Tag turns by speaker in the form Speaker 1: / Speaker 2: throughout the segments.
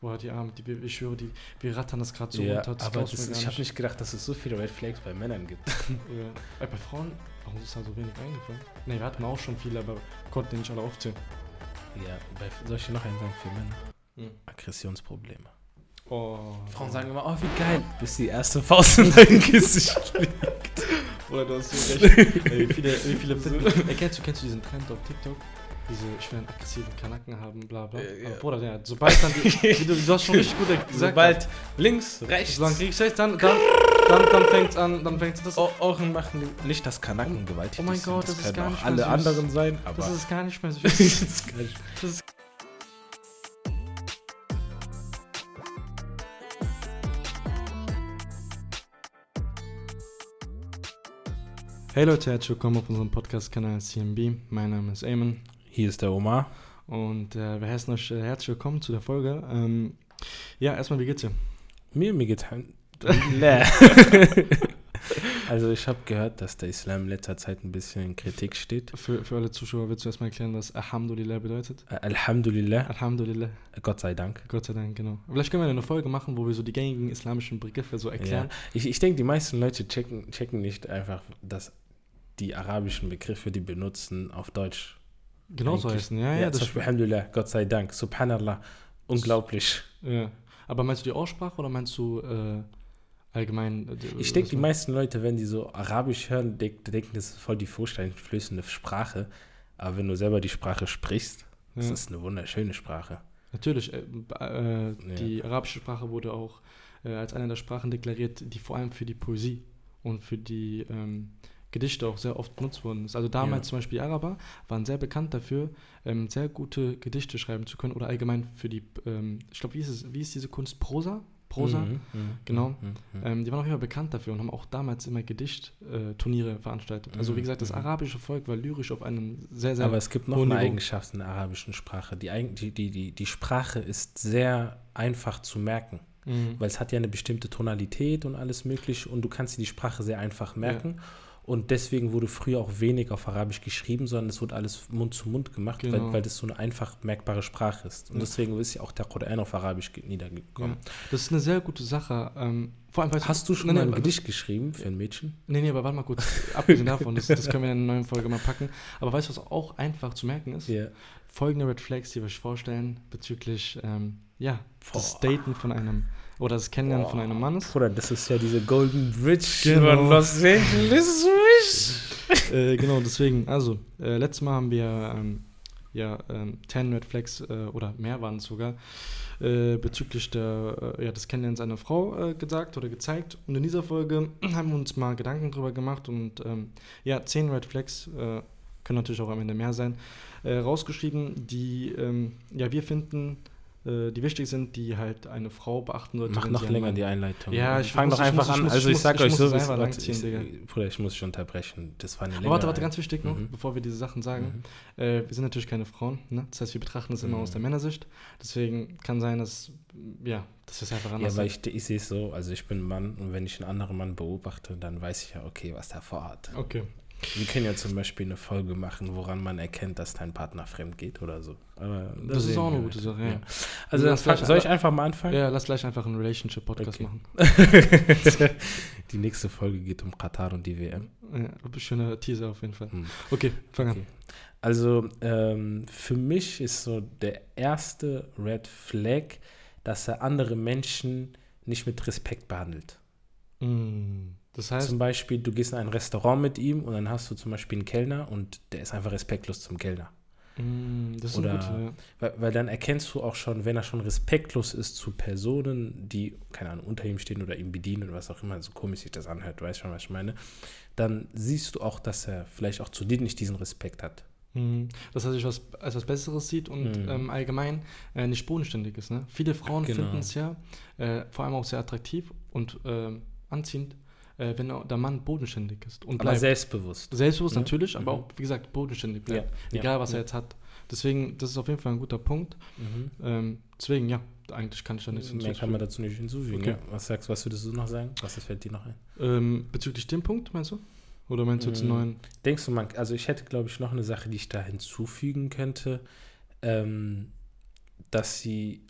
Speaker 1: Boah, die Arme, die, ich schwöre, die, wir rattern das gerade so
Speaker 2: ja,
Speaker 1: runter.
Speaker 2: aber
Speaker 1: glaubst du
Speaker 2: das,
Speaker 1: mir gar
Speaker 2: ich habe nicht gedacht, dass es so viele Red Flags bei Männern gibt.
Speaker 1: Ja. Ey, bei Frauen, warum ist da so wenig eingefallen? Ne, wir hatten auch schon viele, aber konnten die nicht alle aufzählen.
Speaker 2: ja, bei, soll ich dir noch einen sagen für Männer? Aggressionsprobleme.
Speaker 1: Oh.
Speaker 2: Frauen sagen immer, oh, wie geil, bis die erste Faust in dein Gesicht liegt.
Speaker 1: Oder du hast so recht. Ey, wie viele, wie viele Fitness. Ey, kennst du, kennst du diesen Trend auf TikTok? Diese schweren aggressiven Kanacken haben, bla bla.
Speaker 2: Äh, ja.
Speaker 1: Aber Bruder, ja, sobald dann die. wie du, du hast schon richtig gut gesagt.
Speaker 2: Sobald links,
Speaker 1: hast,
Speaker 2: rechts,
Speaker 1: solange kriegst du rechts, dann, dann, dann, dann fängt's an, dann fängt's das an.
Speaker 2: Au- Ohren machen nicht das Kanaken gewaltig.
Speaker 1: oh mein
Speaker 2: ist,
Speaker 1: Gott, das ist
Speaker 2: können
Speaker 1: gar
Speaker 2: auch
Speaker 1: nicht
Speaker 2: alle
Speaker 1: mehr süß.
Speaker 2: anderen sein, aber
Speaker 1: Das ist gar nicht mehr so.
Speaker 2: das ist gar nicht-
Speaker 1: Das ist Hey Leute, herzlich willkommen auf unserem Podcast-Kanal CMB. Mein Name ist Eamon
Speaker 2: Hier ist der Omar.
Speaker 1: und äh, wir heißen euch äh, herzlich willkommen zu der Folge. Ähm, ja, erstmal, wie geht's dir?
Speaker 2: Mir, mir geht's halt- heim. Leer. also ich habe gehört, dass der Islam in letzter Zeit ein bisschen in Kritik steht.
Speaker 1: Für, für alle Zuschauer willst du erstmal erklären, was Alhamdulillah bedeutet?
Speaker 2: Äh, Alhamdulillah,
Speaker 1: Alhamdulillah,
Speaker 2: Gott sei Dank.
Speaker 1: Gott sei Dank, genau. Vielleicht können wir eine Folge machen, wo wir so die gängigen islamischen Begriffe so erklären.
Speaker 2: Ja. Ich, ich denke, die meisten Leute checken, checken nicht einfach, dass die arabischen Begriffe, die benutzen, auf Deutsch.
Speaker 1: Genau so
Speaker 2: Eigentlich-
Speaker 1: heißen, ja, ja.
Speaker 2: zum
Speaker 1: das,
Speaker 2: Beispiel Alhamdulillah, Gott sei Dank, Subhanallah, unglaublich.
Speaker 1: ja. Aber meinst du die Aussprache oder meinst du äh, allgemein? äh, die-
Speaker 2: Ich denke, die
Speaker 1: was man-
Speaker 2: meisten Leute, wenn die so Arabisch hören, denk, denken, das ist voll die furchteinflößende Sprache. Aber wenn du selber die Sprache sprichst, das
Speaker 1: Ja.
Speaker 2: ist eine wunderschöne Sprache.
Speaker 1: Natürlich, äh, b- äh, die arabische Sprache wurde auch äh, als eine der Sprachen deklariert, die vor allem für die Poesie und für die ähm, Gedichte auch sehr oft benutzt worden ist. Also damals
Speaker 2: Ja.
Speaker 1: zum Beispiel die Araber waren sehr bekannt dafür, ähm, sehr gute Gedichte schreiben zu können oder allgemein für die, ähm, ich glaube, wie, ist es- wie ist diese Kunst? Prosa? Prosa?
Speaker 2: Mhm, mhm,
Speaker 1: genau.
Speaker 2: mhm, mhm.
Speaker 1: Ähm, die waren auf jeden Fall bekannt dafür und haben auch damals immer Gedichtturniere veranstaltet. Also wie
Speaker 2: Mhm,
Speaker 1: gesagt, das
Speaker 2: mhm.
Speaker 1: arabische Volk war lyrisch auf einem sehr, sehr...
Speaker 2: Aber es gibt noch
Speaker 1: hohen
Speaker 2: eine
Speaker 1: Niveau.
Speaker 2: Eigenschaft in der arabischen Sprache. Die, Eigen- die, die, die, die Sprache ist sehr einfach zu merken,
Speaker 1: Mhm.
Speaker 2: weil es hat ja eine bestimmte Tonalität und alles Mögliche und du kannst dir die Sprache sehr einfach merken. Und deswegen wurde früher auch wenig auf Arabisch geschrieben, sondern es wurde alles Mund zu Mund gemacht,
Speaker 1: Genau.
Speaker 2: weil, weil das so eine einfach merkbare Sprache ist. Und
Speaker 1: Ja.
Speaker 2: deswegen ist ja auch der Koran auf Arabisch ge- niedergekommen.
Speaker 1: Das ist eine sehr gute Sache. Ähm, vor allem, weil
Speaker 2: Hast du schon
Speaker 1: Nein,
Speaker 2: mal ein
Speaker 1: nein,
Speaker 2: Gedicht geschrieben für ein Mädchen?
Speaker 1: Nee, nee, aber warte mal kurz. Abgesehen davon, das, das können wir in einer neuen Folge mal packen. Aber weißt du, was auch einfach zu merken ist?
Speaker 2: Ja.
Speaker 1: Folgende Red Flags, die wir euch vorstellen bezüglich, ähm, ja, das
Speaker 2: Boah.
Speaker 1: Daten von einem oder das Kennenlernen von einem Mann ist.
Speaker 2: Bruder, das ist ja diese Golden Bridge
Speaker 1: Genau.
Speaker 2: von Los Angeles.
Speaker 1: äh, genau, deswegen, also, äh, letztes Mal haben wir ähm, ja ähm, 10 Red Flags äh, oder mehr waren es sogar äh, bezüglich der, äh, ja, des Kennenlernens einer Frau äh, gesagt oder gezeigt. Und in dieser Folge haben wir uns mal Gedanken drüber gemacht und ähm, ja, 10 Red Flags, äh, können natürlich auch am Ende mehr sein, äh, rausgeschrieben, die ähm, ja, wir finden, äh, die wichtig sind, die halt eine Frau beachten sollte.
Speaker 2: Mach
Speaker 1: wenn
Speaker 2: noch
Speaker 1: sie einen
Speaker 2: länger
Speaker 1: Mann-
Speaker 2: die Einleitung.
Speaker 1: Ja, ich
Speaker 2: ich fang
Speaker 1: muss-
Speaker 2: doch
Speaker 1: ich muss-
Speaker 2: einfach
Speaker 1: ich
Speaker 2: an.
Speaker 1: muss-
Speaker 2: also
Speaker 1: ich
Speaker 2: ich
Speaker 1: muss-
Speaker 2: sag
Speaker 1: ich
Speaker 2: euch
Speaker 1: muss
Speaker 2: so,
Speaker 1: selber
Speaker 2: warte,
Speaker 1: langziehen,
Speaker 2: ich,
Speaker 1: Digga.
Speaker 2: Bruder, ich muss schon unterbrechen. Das war eine
Speaker 1: Aber warte, warte, ganz wichtig noch,
Speaker 2: Mhm.
Speaker 1: bevor wir diese Sachen sagen.
Speaker 2: Mhm.
Speaker 1: Äh, wir sind natürlich keine Frauen, ne? Das heißt, wir betrachten es immer
Speaker 2: Mhm.
Speaker 1: aus der Männersicht. Deswegen kann sein, dass, mm, ja, dass wir es einfach anders
Speaker 2: Ja, weil
Speaker 1: sehen.
Speaker 2: ich, ich sehe es so, also ich bin ein Mann und wenn ich einen anderen Mann beobachte, dann weiß ich ja, okay, was der vorhat.
Speaker 1: Okay.
Speaker 2: Wir können ja zum Beispiel eine Folge machen, woran man erkennt, dass dein Partner fremd geht oder so. Aber
Speaker 1: Das, ist
Speaker 2: sehen
Speaker 1: auch
Speaker 2: wir
Speaker 1: eine
Speaker 2: dann.
Speaker 1: gute Sache, ja.
Speaker 2: Also
Speaker 1: Ja,
Speaker 2: dann fang,
Speaker 1: vielleicht-
Speaker 2: soll ich einfach mal anfangen?
Speaker 1: Ja, lass gleich einfach einen Relationship-Podcast
Speaker 2: Okay.
Speaker 1: machen.
Speaker 2: die nächste Folge geht um Katar und die WM.
Speaker 1: Ja, schöner Teaser auf jeden Fall.
Speaker 2: Mhm.
Speaker 1: Okay, fang an.
Speaker 2: Okay. Also ähm, für mich ist so der erste Red Flag, dass er andere Menschen nicht mit Respekt behandelt.
Speaker 1: Mm, Das heißt,
Speaker 2: Zum Beispiel, du gehst in ein Restaurant mit ihm und dann hast du zum Beispiel einen Kellner und der ist einfach respektlos zum Kellner.
Speaker 1: mm, das ist
Speaker 2: Oder-
Speaker 1: ein guter.
Speaker 2: Weil, weil dann erkennst du auch schon, wenn er schon respektlos ist zu Personen, die, keine Ahnung, unter ihm stehen oder ihn bedienen oder was auch immer, so komisch sich das anhört, weißt schon, was ich meine, dann siehst du auch, dass er vielleicht auch zu dir nicht diesen Respekt hat.
Speaker 1: Mm, Dass er sich was, als was Besseres sieht und
Speaker 2: Mhm.
Speaker 1: ähm, allgemein äh, nicht bodenständig ist. Ne? Viele Frauen
Speaker 2: Genau.
Speaker 1: finden es ja äh, vor allem auch sehr attraktiv und ähm, anziehend, äh, wenn der Mann bodenständig ist und
Speaker 2: Aber
Speaker 1: bleibt.
Speaker 2: selbstbewusst.
Speaker 1: Selbstbewusst
Speaker 2: Ne?
Speaker 1: natürlich, aber
Speaker 2: Mhm.
Speaker 1: auch, wie gesagt, bodenständig
Speaker 2: Ja,
Speaker 1: bleibt. Egal, was er jetzt hat. Deswegen, das ist auf jeden Fall ein guter Punkt.
Speaker 2: Mhm.
Speaker 1: Ähm, deswegen, ja, eigentlich kann ich da nichts
Speaker 2: Mehr kann
Speaker 1: hinzufügen.
Speaker 2: man dazu nicht hinzufügen.
Speaker 1: Okay.
Speaker 2: Ja. Was sagst was würdest du noch sagen? Was fällt dir noch ein?
Speaker 1: Ähm, bezüglich dem Punkt, meinst du? Oder meinst du jetzt einen
Speaker 2: Mm.
Speaker 1: neuen?
Speaker 2: Denkst du, man, also ich hätte, glaube ich, noch eine Sache, die ich da hinzufügen könnte, ähm, dass sie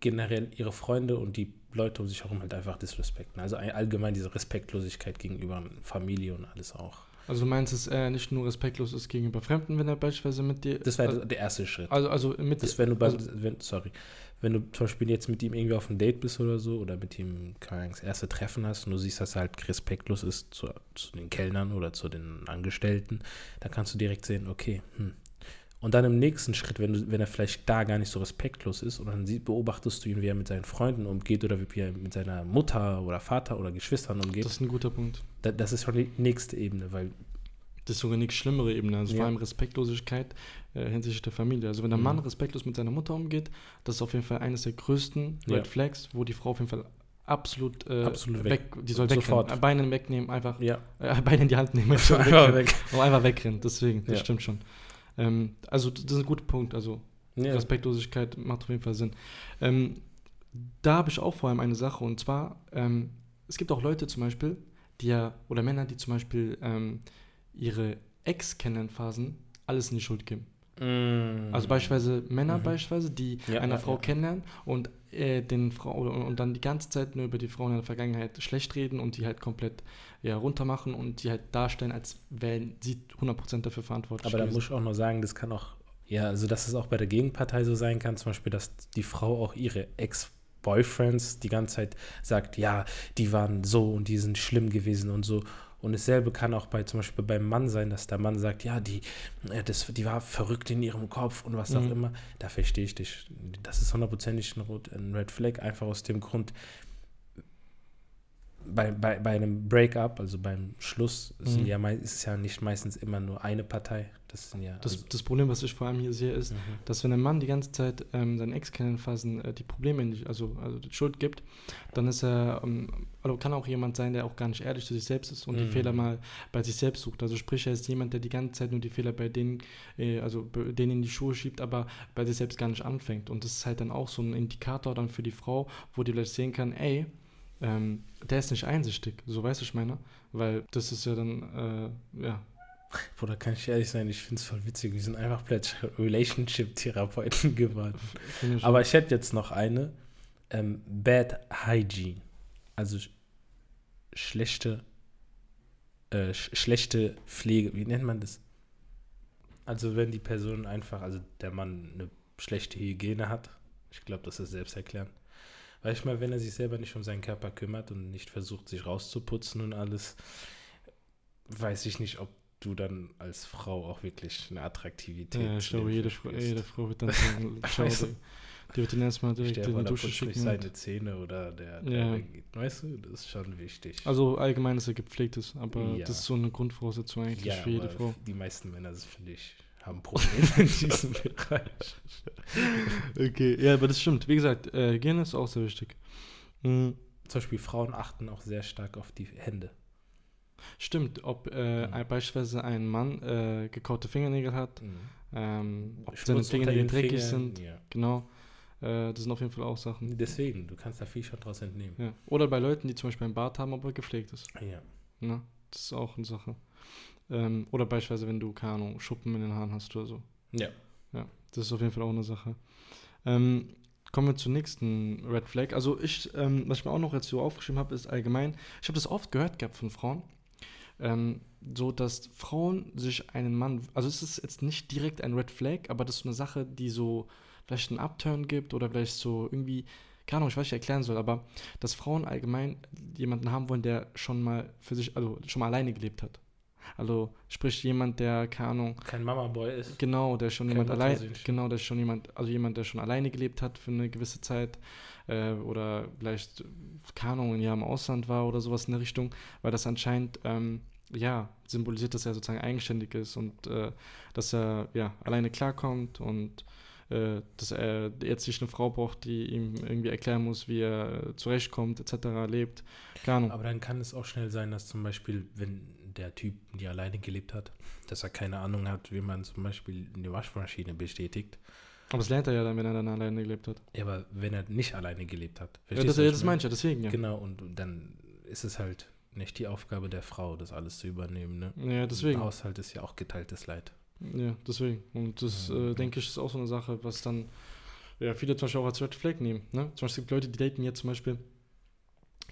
Speaker 2: generell ihre Freunde und die Leute um sich herum halt einfach disrespekten. Also allgemein diese Respektlosigkeit gegenüber Familie und alles auch.
Speaker 1: Also du meinst, dass er nicht nur respektlos ist gegenüber Fremden, wenn er beispielsweise mit dir.
Speaker 2: Das wäre also, der erste Schritt.
Speaker 1: Also, also mit
Speaker 2: Das, wenn du bei,
Speaker 1: also,
Speaker 2: wenn, sorry, wenn du zum Beispiel jetzt mit ihm irgendwie auf ein Date bist oder so oder mit ihm keine Ahnung, das erste Treffen hast und du siehst, dass er halt respektlos ist zu, zu den Kellnern oder zu den Angestellten, dann kannst du direkt sehen, okay, hm. Und dann im nächsten Schritt, wenn, du, wenn er vielleicht da gar nicht so respektlos ist und dann sie- beobachtest du ihn, wie er mit seinen Freunden umgeht oder wie er mit seiner Mutter oder Vater oder Geschwistern umgeht,
Speaker 1: das
Speaker 2: das,
Speaker 1: ist ein guter Punkt.
Speaker 2: da, das ist schon die nächste Ebene, weil
Speaker 1: Das ist sogar nichts schlimmere Ebene. Also vor
Speaker 2: Ja.
Speaker 1: allem Respektlosigkeit äh, hinsichtlich der Familie. Also wenn der Mann
Speaker 2: Mhm.
Speaker 1: respektlos mit seiner Mutter umgeht, das ist auf jeden Fall eines der größten
Speaker 2: Ja.
Speaker 1: Red Flags, wo die Frau auf jeden Fall absolut, äh,
Speaker 2: Absolut weg.
Speaker 1: Die soll
Speaker 2: Sofort.
Speaker 1: wegrennen. Beinen wegnehmen, einfach
Speaker 2: ja,
Speaker 1: äh, Beine in die Hand nehmen. und
Speaker 2: einfach
Speaker 1: wegrennen.
Speaker 2: weg.
Speaker 1: Und einfach wegrennen. Deswegen, das
Speaker 2: Ja.
Speaker 1: stimmt schon. Ähm, also das ist ein guter Punkt. Also
Speaker 2: Ja.
Speaker 1: Respektlosigkeit macht auf jeden Fall Sinn. Ähm, da habe ich auch vor allem eine Sache und zwar, ähm, es gibt auch Leute zum Beispiel, die ja, oder Männer, die zum Beispiel ähm, ihre Ex-Kennenphasen alles in die Schuld geben. Also beispielsweise Männer
Speaker 2: Mhm.
Speaker 1: beispielsweise, die
Speaker 2: Mm. Ja,
Speaker 1: eine
Speaker 2: ja,
Speaker 1: Frau
Speaker 2: ja.
Speaker 1: kennenlernen und äh, den Frau und, und dann die ganze Zeit nur über die Frauen in der Vergangenheit schlecht reden und die halt komplett ja, runtermachen und die halt darstellen, als wären sie 100% dafür verantwortlich.
Speaker 2: Aber da
Speaker 1: gewesen.
Speaker 2: muss ich auch noch sagen, das kann auch, ja, also dass es auch bei der Gegenpartei so sein kann, zum Beispiel, dass die Frau auch ihre Ex-Boyfriends die ganze Zeit sagt, ja, die waren so und die sind schlimm gewesen und so. Und dasselbe kann auch bei zum Beispiel beim Mann sein, dass der Mann sagt, ja, die, äh, das, die war verrückt in ihrem Kopf und was auch
Speaker 1: Mhm.
Speaker 2: immer. Da verstehe ich dich. Das ist hundertprozentig ein Rot- ein Red Flag, einfach aus dem Grund, bei, bei, bei einem Breakup, also beim Schluss, sind
Speaker 1: Mhm.
Speaker 2: ja mei- ist es ja nicht meistens immer nur eine Partei. Das sind ja.
Speaker 1: das,
Speaker 2: also,
Speaker 1: das Problem, was ich vor allem hier sehe, ist,
Speaker 2: mhm.
Speaker 1: dass wenn ein Mann die ganze Zeit ähm, seinen Ex kennenfassen, äh, die Probleme, in die, also, also die Schuld gibt, dann ist er, ähm, also kann auch jemand sein, der auch gar nicht ehrlich zu sich selbst ist und die
Speaker 2: Mhm.
Speaker 1: Fehler mal bei sich selbst sucht. Also sprich, er ist jemand, der die ganze Zeit nur die Fehler bei denen, äh, also bei denen in die Schuhe schiebt, aber bei sich selbst gar nicht anfängt. Und das ist halt dann auch so ein Indikator dann für die Frau, wo die vielleicht sehen kann, ey, ähm, der ist nicht einsichtig, so weiß ich meine, weil das ist ja dann, äh, ja,
Speaker 2: Bruder, kann ich ehrlich sein, ich finde es voll witzig. Wir sind einfach plötzlich Relationship-Therapeuten geworden.
Speaker 1: finde ich.
Speaker 2: Aber ich hätte jetzt noch eine. Ähm, Bad Hygiene. Also sch- schlechte, äh, sch schlechte Pflege. Wie nennt man das? Also wenn die Person einfach, also der Mann eine schlechte Hygiene hat. Ich glaube, das ist selbsterklärend. Weil ich mal, wenn er sich selber nicht um seinen Körper kümmert und nicht versucht, sich rauszuputzen und alles, weiß ich nicht, ob du dann als Frau auch wirklich eine Attraktivität
Speaker 1: Ja, ich
Speaker 2: zu dem
Speaker 1: glaube, jede, Frau,
Speaker 2: verspürst.
Speaker 1: jede Frau wird dann sagen, ciao,
Speaker 2: Weißt du?
Speaker 1: Digga. die wird dann erstmal direkt
Speaker 2: Stell dir
Speaker 1: in
Speaker 2: vor,
Speaker 1: die
Speaker 2: da
Speaker 1: Dusche
Speaker 2: putzt nicht
Speaker 1: schicken. und-
Speaker 2: seine Zähne oder der, der
Speaker 1: Ja.
Speaker 2: weggeht. Weißt du, das ist schon wichtig.
Speaker 1: Also allgemein, dass er gepflegt ist, aber
Speaker 2: Ja.
Speaker 1: das ist so eine Grundvoraussetzung eigentlich
Speaker 2: ja,
Speaker 1: für jede
Speaker 2: aber
Speaker 1: Frau.
Speaker 2: die meisten Männer, das finde ich, haben Probleme in diesem Bereich.
Speaker 1: Okay, ja, aber das stimmt. Wie gesagt, äh, Hygiene ist auch sehr wichtig. Mhm.
Speaker 2: Zum Beispiel Frauen achten auch sehr stark auf die Hände.
Speaker 1: Stimmt, ob äh,
Speaker 2: Mhm.
Speaker 1: ein- beispielsweise ein Mann äh, gekaute Fingernägel hat, ähm, Mhm. ob seine
Speaker 2: Schmutz unter
Speaker 1: Fingernägel
Speaker 2: den
Speaker 1: dreckig
Speaker 2: Fingern,
Speaker 1: sind,
Speaker 2: Ja.
Speaker 1: genau. Äh, das sind auf jeden Fall auch Sachen.
Speaker 2: Deswegen, du kannst da viel schon draus entnehmen.
Speaker 1: Ja. Oder bei Leuten, die zum Beispiel einen Bart haben, aber gepflegt ist.
Speaker 2: Ja.
Speaker 1: Ne? Das ist auch eine Sache. Ähm, oder beispielsweise, wenn du, keine Ahnung, Schuppen in den Haaren hast oder so.
Speaker 2: Ja.
Speaker 1: Ja, das ist auf jeden Fall auch eine Sache. Ähm, kommen wir zur nächsten Red Flag. Also ich, ähm, was ich mir auch noch jetzt so aufgeschrieben habe, ist allgemein, ich habe das oft gehört gehabt von Frauen, ähm, so dass Frauen sich einen Mann, also es ist jetzt nicht direkt ein Red Flag, aber das ist eine Sache, die so vielleicht einen Upturn gibt oder vielleicht so irgendwie, keine Ahnung, ich weiß nicht, wie ich erklären soll, aber dass Frauen allgemein jemanden haben wollen, der schon mal für sich, also schon mal alleine gelebt hat. Also sprich jemand, der, keine Ahnung,
Speaker 2: Kein Mama-Boy ist.
Speaker 1: genau, der schon
Speaker 2: Kein
Speaker 1: jemand allein,
Speaker 2: Muttersöhnchen.
Speaker 1: genau, der schon jemand, also jemand, der schon alleine gelebt hat für eine gewisse Zeit äh, oder vielleicht, äh, keine Ahnung, ein Jahr im Ausland war oder sowas in der Richtung, weil das anscheinend, ähm, ja, symbolisiert, dass er sozusagen eigenständig ist und äh, dass er, ja, alleine klarkommt und äh, dass er jetzt nicht eine Frau braucht, die ihm irgendwie erklären muss, wie er äh, zurechtkommt, etc., lebt. Keine Ahnung.
Speaker 2: Aber dann kann es auch schnell sein, dass zum Beispiel, wenn der Typ die alleine gelebt hat, dass er keine Ahnung hat, wie man zum Beispiel eine Waschmaschine bestätigt.
Speaker 1: Aber das lernt er ja dann, wenn er dann alleine gelebt hat.
Speaker 2: Ja, aber wenn er nicht alleine gelebt hat.
Speaker 1: Ja,
Speaker 2: verstehst
Speaker 1: das,
Speaker 2: du, was
Speaker 1: ja,
Speaker 2: ich
Speaker 1: das
Speaker 2: meine?
Speaker 1: meine ich ja, deswegen, ja.
Speaker 2: Genau, und dann ist es halt nicht die Aufgabe der Frau, das alles zu übernehmen. Ne?
Speaker 1: Ja, deswegen.
Speaker 2: Ein Haushalt ist ja auch geteiltes Leid.
Speaker 1: Ja, deswegen. Und das,
Speaker 2: Ja, ja.
Speaker 1: äh, denke ich, ist auch so eine Sache, was dann ja, viele zum Beispiel auch als Red Flag nehmen. Ne? Zum Beispiel es gibt Leute, die daten jetzt zum Beispiel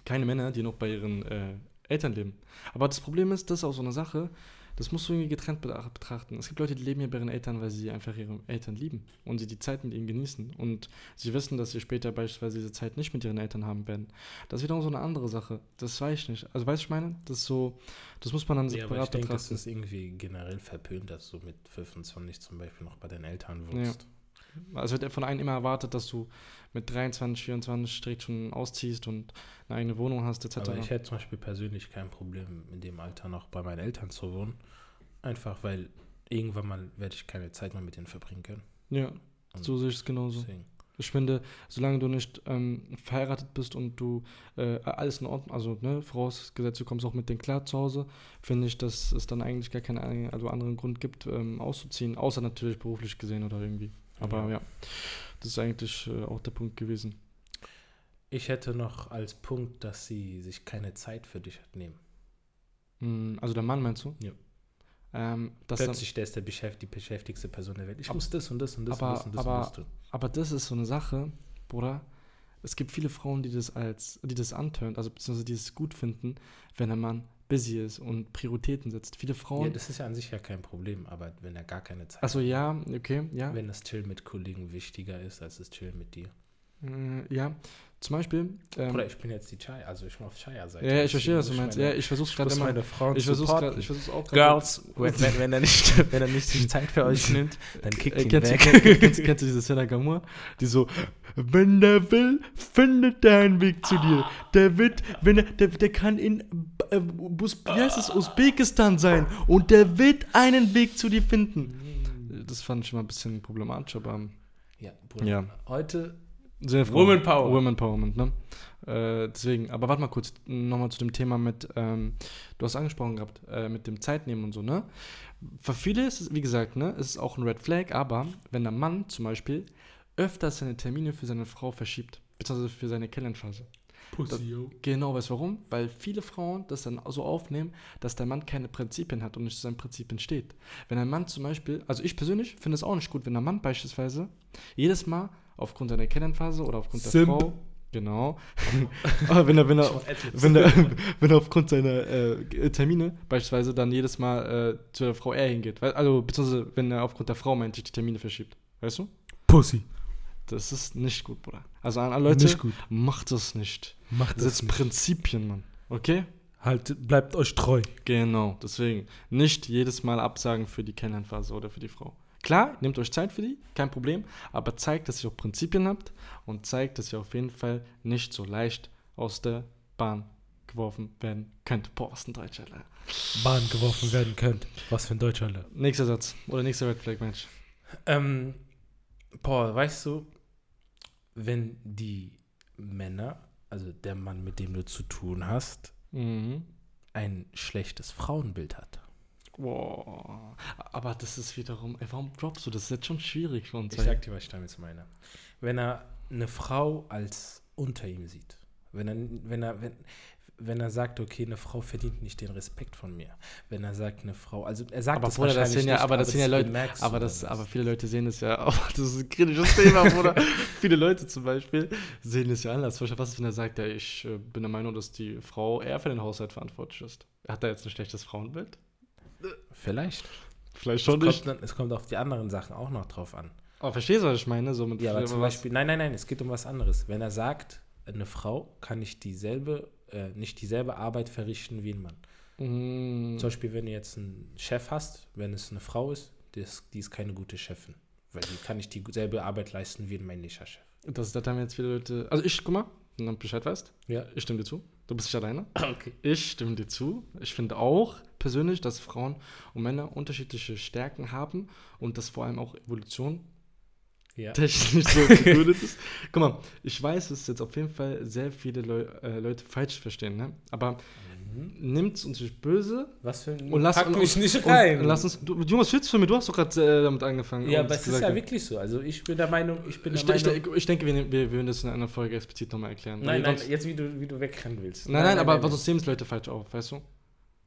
Speaker 1: keine Männer, die noch bei ihren äh, Eltern leben. Aber das Problem ist, das ist auch so eine Sache, das musst du irgendwie getrennt betra- betrachten. Es gibt Leute, die leben ja bei ihren Eltern, weil sie einfach ihre Eltern lieben und sie die Zeit mit ihnen genießen. Und sie wissen, dass sie später beispielsweise diese Zeit nicht mit ihren Eltern haben werden. Das ist wiederum so eine andere Sache. Das weiß ich nicht. Also, weißt du, ich meine, das ist so, das muss man dann
Speaker 2: Ja,
Speaker 1: separat
Speaker 2: aber ich denke, das
Speaker 1: betrachten.
Speaker 2: ist irgendwie generell verpönt, dass du mit 25 zum Beispiel noch bei deinen Eltern wohnst.
Speaker 1: Also wird von einem immer erwartet, dass du mit 23, 24 direkt schon ausziehst und eine eigene Wohnung hast, etc.
Speaker 2: aber ich hätte zum Beispiel persönlich kein Problem, in dem Alter noch bei meinen Eltern zu wohnen. Einfach weil irgendwann mal werde ich keine Zeit mehr mit denen verbringen können.
Speaker 1: ja, so sehe ich es genauso.
Speaker 2: Deswegen.
Speaker 1: Ich finde, solange du nicht ähm, verheiratet bist und du äh, alles in Ordnung, also ne, vorausgesetzt, du kommst auch mit denen klar zu Hause, finde ich, dass es dann eigentlich gar keinen ein- also anderen Grund gibt, ähm, auszuziehen, außer natürlich beruflich gesehen oder irgendwie. Aber ja, das ist eigentlich äh, auch der Punkt gewesen.
Speaker 2: Ich hätte noch als Punkt, dass sie sich keine Zeit für dich nehmen.
Speaker 1: Mm, also der Mann meinst du?
Speaker 2: Ja.
Speaker 1: Ähm, das dann,
Speaker 2: Plötzlich, der ist der beschäft, die beschäftigste Person der Welt. Ich
Speaker 1: Ab-
Speaker 2: muss das und das und das
Speaker 1: aber-
Speaker 2: und das und das
Speaker 1: aber-
Speaker 2: musst du.
Speaker 1: Aber das ist so eine Sache, Bruder. Es gibt viele Frauen, die das als, die das antönt, also beziehungsweise die es gut finden, wenn ein Mann busy ist und Prioritäten setzt. Viele
Speaker 2: Ja,
Speaker 1: Frauen.
Speaker 2: das ist ja an sich ja kein Problem, aber wenn er gar keine Zeit
Speaker 1: also ja, okay, ja.
Speaker 2: wenn das Chillen mit Kollegen wichtiger ist als das Chillen mit dir.
Speaker 1: Äh, ja. Zum Beispiel. Ähm,
Speaker 2: Oder ich bin jetzt die Chai, also ich bin auf Chaya-Seite.
Speaker 1: ja, ja, ich verstehe, was du meinst.
Speaker 2: Meine,
Speaker 1: ja, ich versuch's
Speaker 2: ich
Speaker 1: gerade
Speaker 2: muss
Speaker 1: immer.
Speaker 2: meine Frauen
Speaker 1: Ich versuch's, grad,
Speaker 2: supporten.
Speaker 1: ich versuch's auch grad-
Speaker 2: Girls, wenn, wenn, wenn, er nicht, wenn er nicht sich Zeit für euch nimmt, dann kickt
Speaker 1: Äh,
Speaker 2: ihn
Speaker 1: kennst, du,
Speaker 2: weg.
Speaker 1: kennst, kennst, kennst du diese Senna Gamur? Die so, wenn der will, findet der einen Weg zu dir. Der wird, wenn er, der, der kann in äh, Bus, wie heißt es, Usbekistan sein und der wird einen Weg zu dir finden. Das fand ich immer ein bisschen problematisch, aber
Speaker 2: Ja, Bruder.
Speaker 1: Ja.
Speaker 2: Heute,
Speaker 1: sehr froh.
Speaker 2: Woman Power.
Speaker 1: Woman Empowerment, ne? Äh, deswegen, aber warte mal kurz, nochmal zu dem Thema mit, ähm, du hast angesprochen gehabt, äh, mit dem Zeitnehmen und so, ne? Für viele ist es, wie gesagt, ne, ist es auch ein Red Flag, aber wenn der Mann zum Beispiel öfters seine Termine für seine Frau verschiebt, beziehungsweise für seine Kennenlernphase. Pussy, Genau, weißt du warum? Weil viele Frauen das dann so aufnehmen, dass der Mann keine Prinzipien hat und nicht zu seinen Prinzipien steht. Wenn ein Mann zum Beispiel, also ich persönlich finde es auch nicht gut, wenn ein Mann beispielsweise jedes Mal aufgrund seiner Kennenphase oder aufgrund
Speaker 2: Simp.
Speaker 1: der Frau, genau, aber Ah, wenn er, wenn er, wenn er, wenn er aufgrund seiner äh, Termine beispielsweise dann jedes Mal äh, zu der Frau R hingeht. Weil- Also, beziehungsweise, wenn er aufgrund der Frau meint, die Termine verschiebt. Weißt du?
Speaker 2: Pussy.
Speaker 1: Das ist nicht gut, Bruder. Also an alle Leute,
Speaker 2: Nicht gut.
Speaker 1: macht das nicht.
Speaker 2: Macht
Speaker 1: Das sind Prinzipien, Mann. Okay?
Speaker 2: Halt, bleibt euch treu.
Speaker 1: Genau, deswegen. Nicht jedes Mal absagen für die Kennenlernphase oder für die Frau. Klar, nehmt euch Zeit für die, kein Problem, aber zeigt, dass ihr auch Prinzipien habt und zeigt, dass ihr auf jeden Fall nicht so leicht aus der Bahn geworfen werden könnt. Boah, was ein Dreiteiler.
Speaker 2: Bahn geworfen werden könnt. Was für ein Deutscher, Alter.
Speaker 1: Nächster Satz oder nächster Red Flag Match.
Speaker 2: Ähm, Paul, weißt du, wenn die Männer, also der Mann, mit dem du zu tun hast,
Speaker 1: Mhm.
Speaker 2: ein schlechtes Frauenbild hat.
Speaker 1: Wow. Aber das ist wiederum, ey, warum droppst du das? Das ist jetzt schon schwierig für uns.
Speaker 2: Ich sag dir, was ich damit meine. Wenn er eine Frau als unter ihm sieht, wenn er, wenn er, wenn, wenn er sagt, okay, eine Frau verdient nicht den Respekt von mir, wenn er sagt, eine Frau, also er sagt
Speaker 1: aber
Speaker 2: das
Speaker 1: Bruder, das
Speaker 2: wahrscheinlich
Speaker 1: sind ja,
Speaker 2: nicht,
Speaker 1: aber das sind ja Leute,
Speaker 2: bemerkst du
Speaker 1: aber
Speaker 2: dann
Speaker 1: das,
Speaker 2: erst.
Speaker 1: aber viele Leute sehen das ja auch, das ist ein kritisches Thema, Bruder. viele Leute zum Beispiel sehen das ja anders. Zum Beispiel, was ist, wenn er sagt, ja, ich äh, bin der Meinung, dass die Frau eher für den Haushalt verantwortlich ist. Hat er jetzt ein schlechtes Frauenbild?
Speaker 2: vielleicht.
Speaker 1: Vielleicht
Speaker 2: Es
Speaker 1: schon nicht.
Speaker 2: kommt, dann, es kommt auf die anderen Sachen auch noch drauf an.
Speaker 1: Aber Oh, verstehst du, was ich meine? So mit
Speaker 2: Ja, aber
Speaker 1: was-
Speaker 2: zum Beispiel, nein, nein, nein, es geht um was anderes. Wenn er sagt, eine Frau kann nicht dieselbe, äh, nicht dieselbe Arbeit verrichten wie ein Mann.
Speaker 1: Mm,
Speaker 2: Zum Beispiel, wenn du jetzt einen Chef hast, wenn es eine Frau ist, die ist, die ist keine gute Chefin. Weil die kann nicht dieselbe Arbeit leisten wie ein männlicher Chef.
Speaker 1: das, das haben jetzt viele Leute. Also ich, guck mal, wenn du Bescheid weißt,
Speaker 2: Ja.
Speaker 1: ich stimme dir zu. Du bist nicht alleine.
Speaker 2: Okay.
Speaker 1: Ich stimme dir zu. Ich finde auch persönlich, dass Frauen und Männer unterschiedliche Stärken haben und dass vor allem auch Evolution
Speaker 2: Ja.
Speaker 1: technisch so begründet ist. Guck mal, ich weiß, dass jetzt auf jeden Fall sehr viele Leu äh, Leute falsch verstehen, ne? Aber nimmt's uns nicht böse
Speaker 2: Was für ein
Speaker 1: und lass
Speaker 2: Mhm. Pack
Speaker 1: und-
Speaker 2: mich nicht
Speaker 1: und,
Speaker 2: rein.
Speaker 1: Und lass uns, du, Junge, was willst du von mir? Du hast doch gerade äh, damit angefangen.
Speaker 2: ja,
Speaker 1: und
Speaker 2: aber es ist
Speaker 1: gesagt,
Speaker 2: ja wirklich so. Also ich bin der Meinung, ich bin der
Speaker 1: Ich,
Speaker 2: Meinung.
Speaker 1: ich, ich, ich denke, wir, nehmen- wir wir würden das in einer Folge explizit nochmal erklären.
Speaker 2: nein,
Speaker 1: weil
Speaker 2: nein,
Speaker 1: sonst-
Speaker 2: jetzt wie du, wie du wegrennen willst.
Speaker 1: nein, nein, aber
Speaker 2: nein.
Speaker 1: sonst nehmen es Leute falsch auf, weißt du?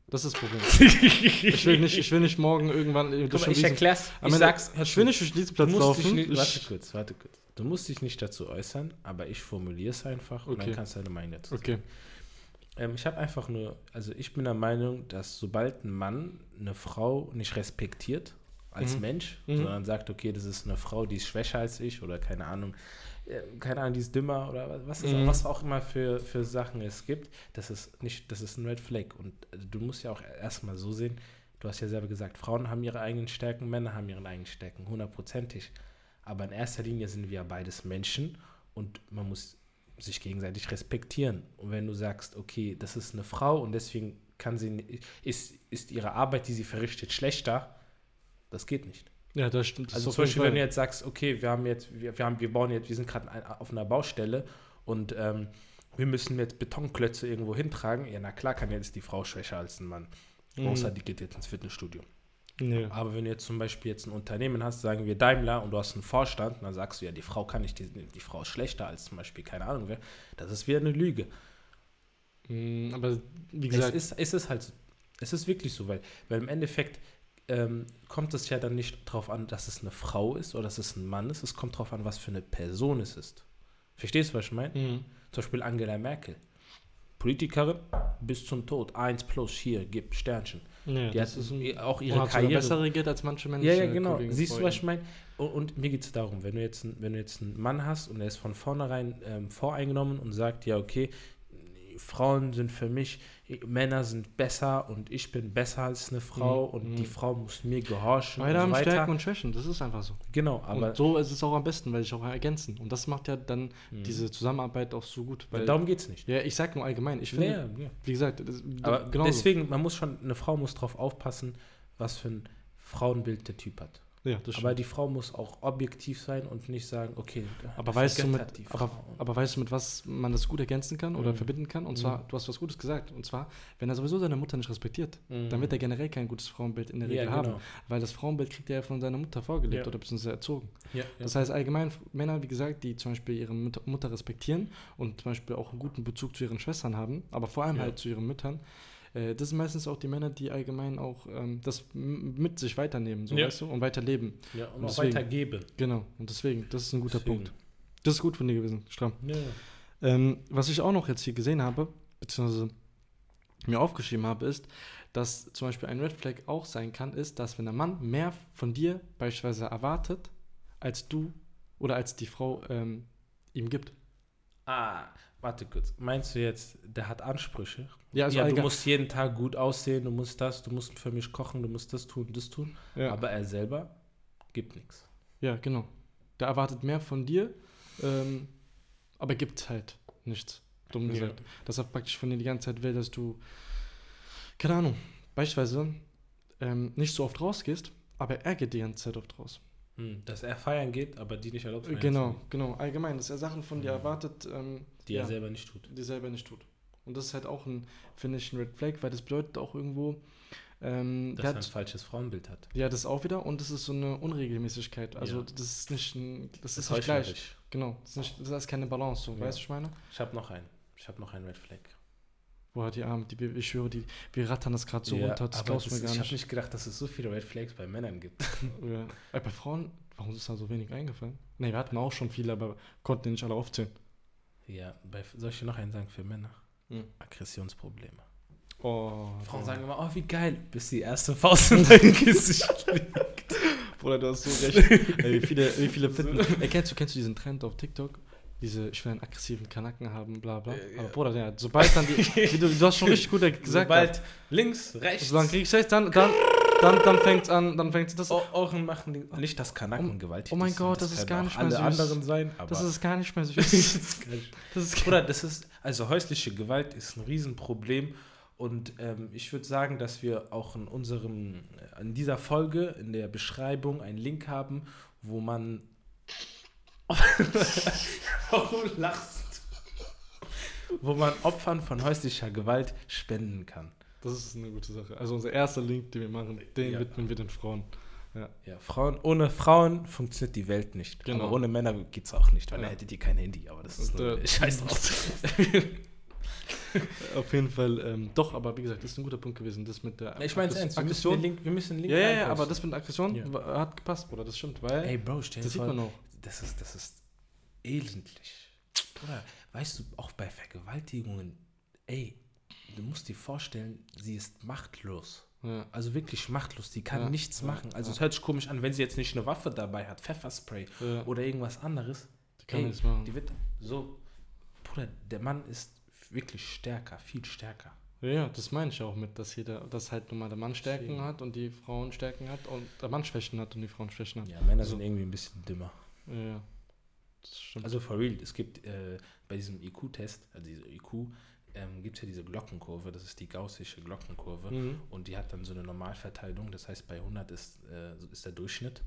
Speaker 1: Das ist das Problem. ich, will nicht, ich will nicht morgen irgendwann. durch
Speaker 2: Guck mal,
Speaker 1: den
Speaker 2: ich
Speaker 1: Wiesen-
Speaker 2: erklär's. Ich
Speaker 1: Am Ende-
Speaker 2: sag's.
Speaker 1: Ich will nicht durch diesen
Speaker 2: Du
Speaker 1: Platz
Speaker 2: musst dich
Speaker 1: laufen.
Speaker 2: nicht, warte
Speaker 1: ich,
Speaker 2: kurz, warte kurz. Du musst dich nicht dazu äußern, aber ich formuliere es einfach und dann
Speaker 1: Okay.
Speaker 2: kannst du deine Meinung dazu
Speaker 1: okay.
Speaker 2: Ähm, ich habe einfach nur, also ich bin der Meinung, dass sobald ein Mann eine Frau nicht respektiert als
Speaker 1: Mhm.
Speaker 2: Mensch,
Speaker 1: Mhm.
Speaker 2: sondern sagt, okay, das ist eine Frau, die ist schwächer als ich oder keine Ahnung, äh, keine Ahnung, die ist dümmer oder wa- was, ist,
Speaker 1: Mhm.
Speaker 2: was auch immer für, für Sachen es gibt, das ist nicht, das ist ein Red Flag. Und äh, du musst ja auch erstmal so sehen, du hast ja selber gesagt, Frauen haben ihre eigenen Stärken, Männer haben ihre eigenen Stärken, hundertprozentig. Aber in erster Linie sind wir ja beides Menschen und man muss sich gegenseitig respektieren. Und wenn du sagst, okay, das ist eine Frau und deswegen kann sie ni- ist, ist ihre Arbeit, die sie verrichtet, schlechter, das geht nicht.
Speaker 1: Ja, das stimmt. Das
Speaker 2: Also
Speaker 1: ist
Speaker 2: zum
Speaker 1: auf jeden
Speaker 2: Beispiel,
Speaker 1: Fall-
Speaker 2: wenn du jetzt sagst, okay, wir haben jetzt, wir, wir haben, wir bauen jetzt, wir sind gerade ein- auf einer Baustelle und ähm, wir müssen jetzt Betonklötze irgendwo hintragen, ja, na klar kann jetzt die Frau schwächer als ein Mann.
Speaker 1: Mhm.
Speaker 2: Außer die geht jetzt ins Fitnessstudio.
Speaker 1: Nee.
Speaker 2: Aber wenn du jetzt zum Beispiel jetzt ein Unternehmen hast, sagen wir Daimler und du hast einen Vorstand, dann sagst du ja, die Frau kann nicht, die, die Frau ist schlechter als zum Beispiel, keine Ahnung wer. Das ist wieder eine Lüge.
Speaker 1: Mm, Aber wie
Speaker 2: Es
Speaker 1: gesagt,
Speaker 2: ist, es ist halt so. Es ist wirklich so, weil, weil im Endeffekt ähm, kommt es ja dann nicht darauf an, dass es eine Frau ist oder dass es ein Mann ist. Es kommt darauf an, was für eine Person es ist. Verstehst du, was ich meine?
Speaker 1: Mhm.
Speaker 2: Zum Beispiel Angela Merkel. Politikerin bis zum Tod. Eins plus hier, gibt Sternchen.
Speaker 1: Nee,
Speaker 2: Die
Speaker 1: das
Speaker 2: hat
Speaker 1: ist ein,
Speaker 2: auch
Speaker 1: und
Speaker 2: um ihre
Speaker 1: hat sogar
Speaker 2: Karriere
Speaker 1: besser regiert als manche Menschen.
Speaker 2: Ja, ja, genau.
Speaker 1: äh, Kollegen
Speaker 2: Siehst
Speaker 1: vor
Speaker 2: du, was ich
Speaker 1: ihm.
Speaker 2: meine? Und, und mir geht es darum, wenn du, jetzt, ein- wenn du jetzt einen Mann hast und er ist von vornherein ähm, voreingenommen und sagt, ja, okay, Frauen sind für mich, Männer sind besser und ich bin besser als eine Frau und
Speaker 1: Mhm.
Speaker 2: die Frau muss mir gehorchen
Speaker 1: Beide
Speaker 2: und
Speaker 1: haben
Speaker 2: so weiter.
Speaker 1: Stärken und Schwächen, das ist einfach so.
Speaker 2: genau, aber
Speaker 1: und so ist es auch am besten, weil sich auch ergänzen. Und das macht ja dann
Speaker 2: Mhm.
Speaker 1: diese Zusammenarbeit auch so gut. Weil,
Speaker 2: darum geht es nicht.
Speaker 1: ja, ich sag nur allgemein, ich finde, genau
Speaker 2: Nee, ja.
Speaker 1: wie gesagt, das,
Speaker 2: Aber
Speaker 1: genauso.
Speaker 2: deswegen, man muss schon, eine Frau muss drauf aufpassen, was für ein Frauenbild der Typ hat.
Speaker 1: Ja, das
Speaker 2: Aber
Speaker 1: aber,
Speaker 2: die Frau muss auch objektiv sein und nicht sagen, okay,
Speaker 1: aber
Speaker 2: das
Speaker 1: weißt du
Speaker 2: Geld hat die
Speaker 1: mit, aber,
Speaker 2: Frau.
Speaker 1: aber weißt du, mit was man das gut ergänzen kann oder
Speaker 2: Mhm.
Speaker 1: verbinden kann? Und
Speaker 2: Mhm.
Speaker 1: zwar, du hast was Gutes gesagt. Und zwar, wenn er sowieso seine Mutter nicht respektiert,
Speaker 2: Mhm.
Speaker 1: dann wird er generell kein gutes Frauenbild in der
Speaker 2: Ja,
Speaker 1: Regel
Speaker 2: genau.
Speaker 1: haben. Weil das Frauenbild kriegt er ja von seiner Mutter vorgelebt
Speaker 2: Ja.
Speaker 1: oder beziehungsweise erzogen.
Speaker 2: Ja, ja.
Speaker 1: Das heißt allgemein F- Männer, wie gesagt, die zum Beispiel ihre Mütter, Mutter respektieren und zum Beispiel auch einen guten Bezug zu ihren Schwestern haben, aber vor allem
Speaker 2: Ja.
Speaker 1: halt zu ihren Müttern, äh, das sind meistens auch die Männer, die allgemein auch ähm, das m- mit sich weiternehmen, so
Speaker 2: Ja.
Speaker 1: weißt du, und weiterleben.
Speaker 2: Ja, und
Speaker 1: Und
Speaker 2: auch
Speaker 1: deswegen-
Speaker 2: weitergeben.
Speaker 1: Genau. Und deswegen, das ist ein guter
Speaker 2: Deswegen.
Speaker 1: Punkt. Das ist gut von dir gewesen, stramm.
Speaker 2: Ja, ja.
Speaker 1: Ähm, was ich auch noch jetzt hier gesehen habe, beziehungsweise mir aufgeschrieben habe, ist, dass zum Beispiel ein Red Flag auch sein kann, ist, dass wenn der Mann mehr von dir beispielsweise erwartet, als du oder als die Frau ähm, ihm gibt.
Speaker 2: Ah, warte kurz. Meinst du jetzt, der hat Ansprüche?
Speaker 1: Ja, also
Speaker 2: ja, du
Speaker 1: allgemein-
Speaker 2: musst jeden Tag gut aussehen, du musst das, du musst für mich kochen, du musst das tun, das tun.
Speaker 1: Ja,
Speaker 2: Aber er selber gibt nichts.
Speaker 1: ja genau. Der erwartet mehr von dir, ähm, aber gibt halt nichts. Dumm
Speaker 2: Ja.
Speaker 1: gesagt. Dass er praktisch von dir die ganze Zeit will, dass du, keine Ahnung, beispielsweise ähm, nicht so oft rausgehst, aber er geht die ganze Zeit oft raus.
Speaker 2: Hm, dass er feiern geht, aber die nicht erlaubt feiern
Speaker 1: Genau,
Speaker 2: zu gehen, Mhm.
Speaker 1: genau. Allgemein, dass er Sachen von dir erwartet, ähm,
Speaker 2: Die
Speaker 1: ja,
Speaker 2: er selber nicht tut.
Speaker 1: die selber nicht tut. Und das ist halt auch ein, finde ich, ein Red Flag, weil das bedeutet auch irgendwo, ähm,
Speaker 2: Dass
Speaker 1: der
Speaker 2: er ein
Speaker 1: hat,
Speaker 2: falsches Frauenbild hat.
Speaker 1: ja, das auch wieder und das ist so eine Unregelmäßigkeit. Also
Speaker 2: Ja.
Speaker 1: das ist nicht, ein, das, ist
Speaker 2: heuchlerisch.
Speaker 1: nicht gleich. Genau, das ist, nicht, das ist keine Balance, so, weißt du, ich meine?
Speaker 2: Ich habe noch einen. Ich habe noch einen Red Flag.
Speaker 1: Boah, die Arme, die, ich schwöre, die, wir rattern das gerade so
Speaker 2: Ja,
Speaker 1: runter, das
Speaker 2: aber
Speaker 1: glaubst du mir
Speaker 2: das-
Speaker 1: gar
Speaker 2: ich habe
Speaker 1: nicht.
Speaker 2: nicht gedacht, dass es so viele Red Flags bei Männern gibt.
Speaker 1: Ja. Ey, bei Frauen, warum ist da so wenig eingefallen? Ne, wir hatten auch schon viele, aber konnten die nicht alle aufzählen.
Speaker 2: Ja, bei, soll ich dir noch einen sagen für Männer?
Speaker 1: Hm.
Speaker 2: Aggressionsprobleme.
Speaker 1: Oh,
Speaker 2: Frauen
Speaker 1: Mann.
Speaker 2: sagen immer, oh, wie geil, bis die erste Faust in dein Gesicht liegt.
Speaker 1: Bruder, du hast so recht. Ey, wie viele, wie viele Fitten. Ey, kennst, du, kennst du diesen Trend auf TikTok? Diese, ich will einen aggressiven Kanacken haben, bla bla.
Speaker 2: Äh, ja.
Speaker 1: Aber Bruder, ja, sobald dann die. wie du, du hast schon richtig gut gesagt.
Speaker 2: Sobald links, rechts,
Speaker 1: solange krieg ich recht, dann, dann, dann, dann fängt's an, dann fängt's das an.
Speaker 2: Au- Ohren machen die, Um- nicht das Kanaken gewaltig.
Speaker 1: oh mein
Speaker 2: ist,
Speaker 1: Gott, das ist
Speaker 2: können
Speaker 1: gar
Speaker 2: auch
Speaker 1: nicht mehr
Speaker 2: alle
Speaker 1: süß.
Speaker 2: anderen sein, aber
Speaker 1: Das ist gar nicht mehr süß. Das ist
Speaker 2: Oder das ist, also häusliche Gewalt ist ein Riesenproblem. Und ähm, ich würde sagen, dass wir auch in unserem, äh, in dieser Folge, in der Beschreibung einen Link haben, wo man. Warum lachst du? Wo man Opfern von häuslicher Gewalt spenden kann.
Speaker 1: Das ist eine gute Sache. Also unser erster Link, den wir machen, den
Speaker 2: Ja.
Speaker 1: widmen wir den Frauen.
Speaker 2: Ja, Frauen, ohne Frauen funktioniert die Welt nicht.
Speaker 1: Genau.
Speaker 2: Aber ohne Männer geht's auch nicht, weil
Speaker 1: Ja.
Speaker 2: dann hättet ihr kein Handy, aber das ist
Speaker 1: Und,
Speaker 2: nur
Speaker 1: äh,
Speaker 2: Scheiß drauf.
Speaker 1: Auf jeden Fall, ähm, doch, aber wie gesagt, das ist ein guter Punkt gewesen, das mit der
Speaker 2: Ich meine es
Speaker 1: Aggress-
Speaker 2: ernst, wir müssen den
Speaker 1: Aggression.
Speaker 2: Link, wir müssen den Link
Speaker 1: Ja, ja, ja,
Speaker 2: reinposten.
Speaker 1: aber das mit der Aggression
Speaker 2: Ja.
Speaker 1: wa- hat gepasst, Bruder, das stimmt, weil
Speaker 2: Ey, Bro, stell dir
Speaker 1: das sieht
Speaker 2: vor,
Speaker 1: man auch.
Speaker 2: das ist, das ist elendlich. Bruder, weißt du, auch bei Vergewaltigungen, ey, du musst dir vorstellen, sie ist machtlos.
Speaker 1: Ja.
Speaker 2: Also wirklich machtlos, die kann
Speaker 1: Ja,
Speaker 2: nichts
Speaker 1: ja,
Speaker 2: machen. Also es hört sich komisch an, wenn sie jetzt nicht eine Waffe dabei hat, Pfefferspray
Speaker 1: Ja.
Speaker 2: oder irgendwas anderes.
Speaker 1: Die kann
Speaker 2: ey,
Speaker 1: nichts machen.
Speaker 2: Die wird so, Bruder, der Mann ist wirklich stärker, viel stärker.
Speaker 1: Ja, Ja, das meine ich auch mit, dass jeder, dass halt nun mal der Mann Stärken
Speaker 2: Deswegen.
Speaker 1: hat und die Frauen Stärken hat und der Mann Schwächen hat und die Frauen Schwächen hat.
Speaker 2: Ja, Männer
Speaker 1: sind
Speaker 2: irgendwie ein bisschen dümmer.
Speaker 1: Ja, ja. das stimmt.
Speaker 2: Also for real, es gibt äh, bei diesem IQ-Test, also diese IQ, ähm, gibt es ja diese Glockenkurve, das ist die gaussische Glockenkurve.
Speaker 1: Mhm.
Speaker 2: Und die hat dann so eine Normalverteilung, das heißt bei 100 ist, äh, so ist der Durchschnitt.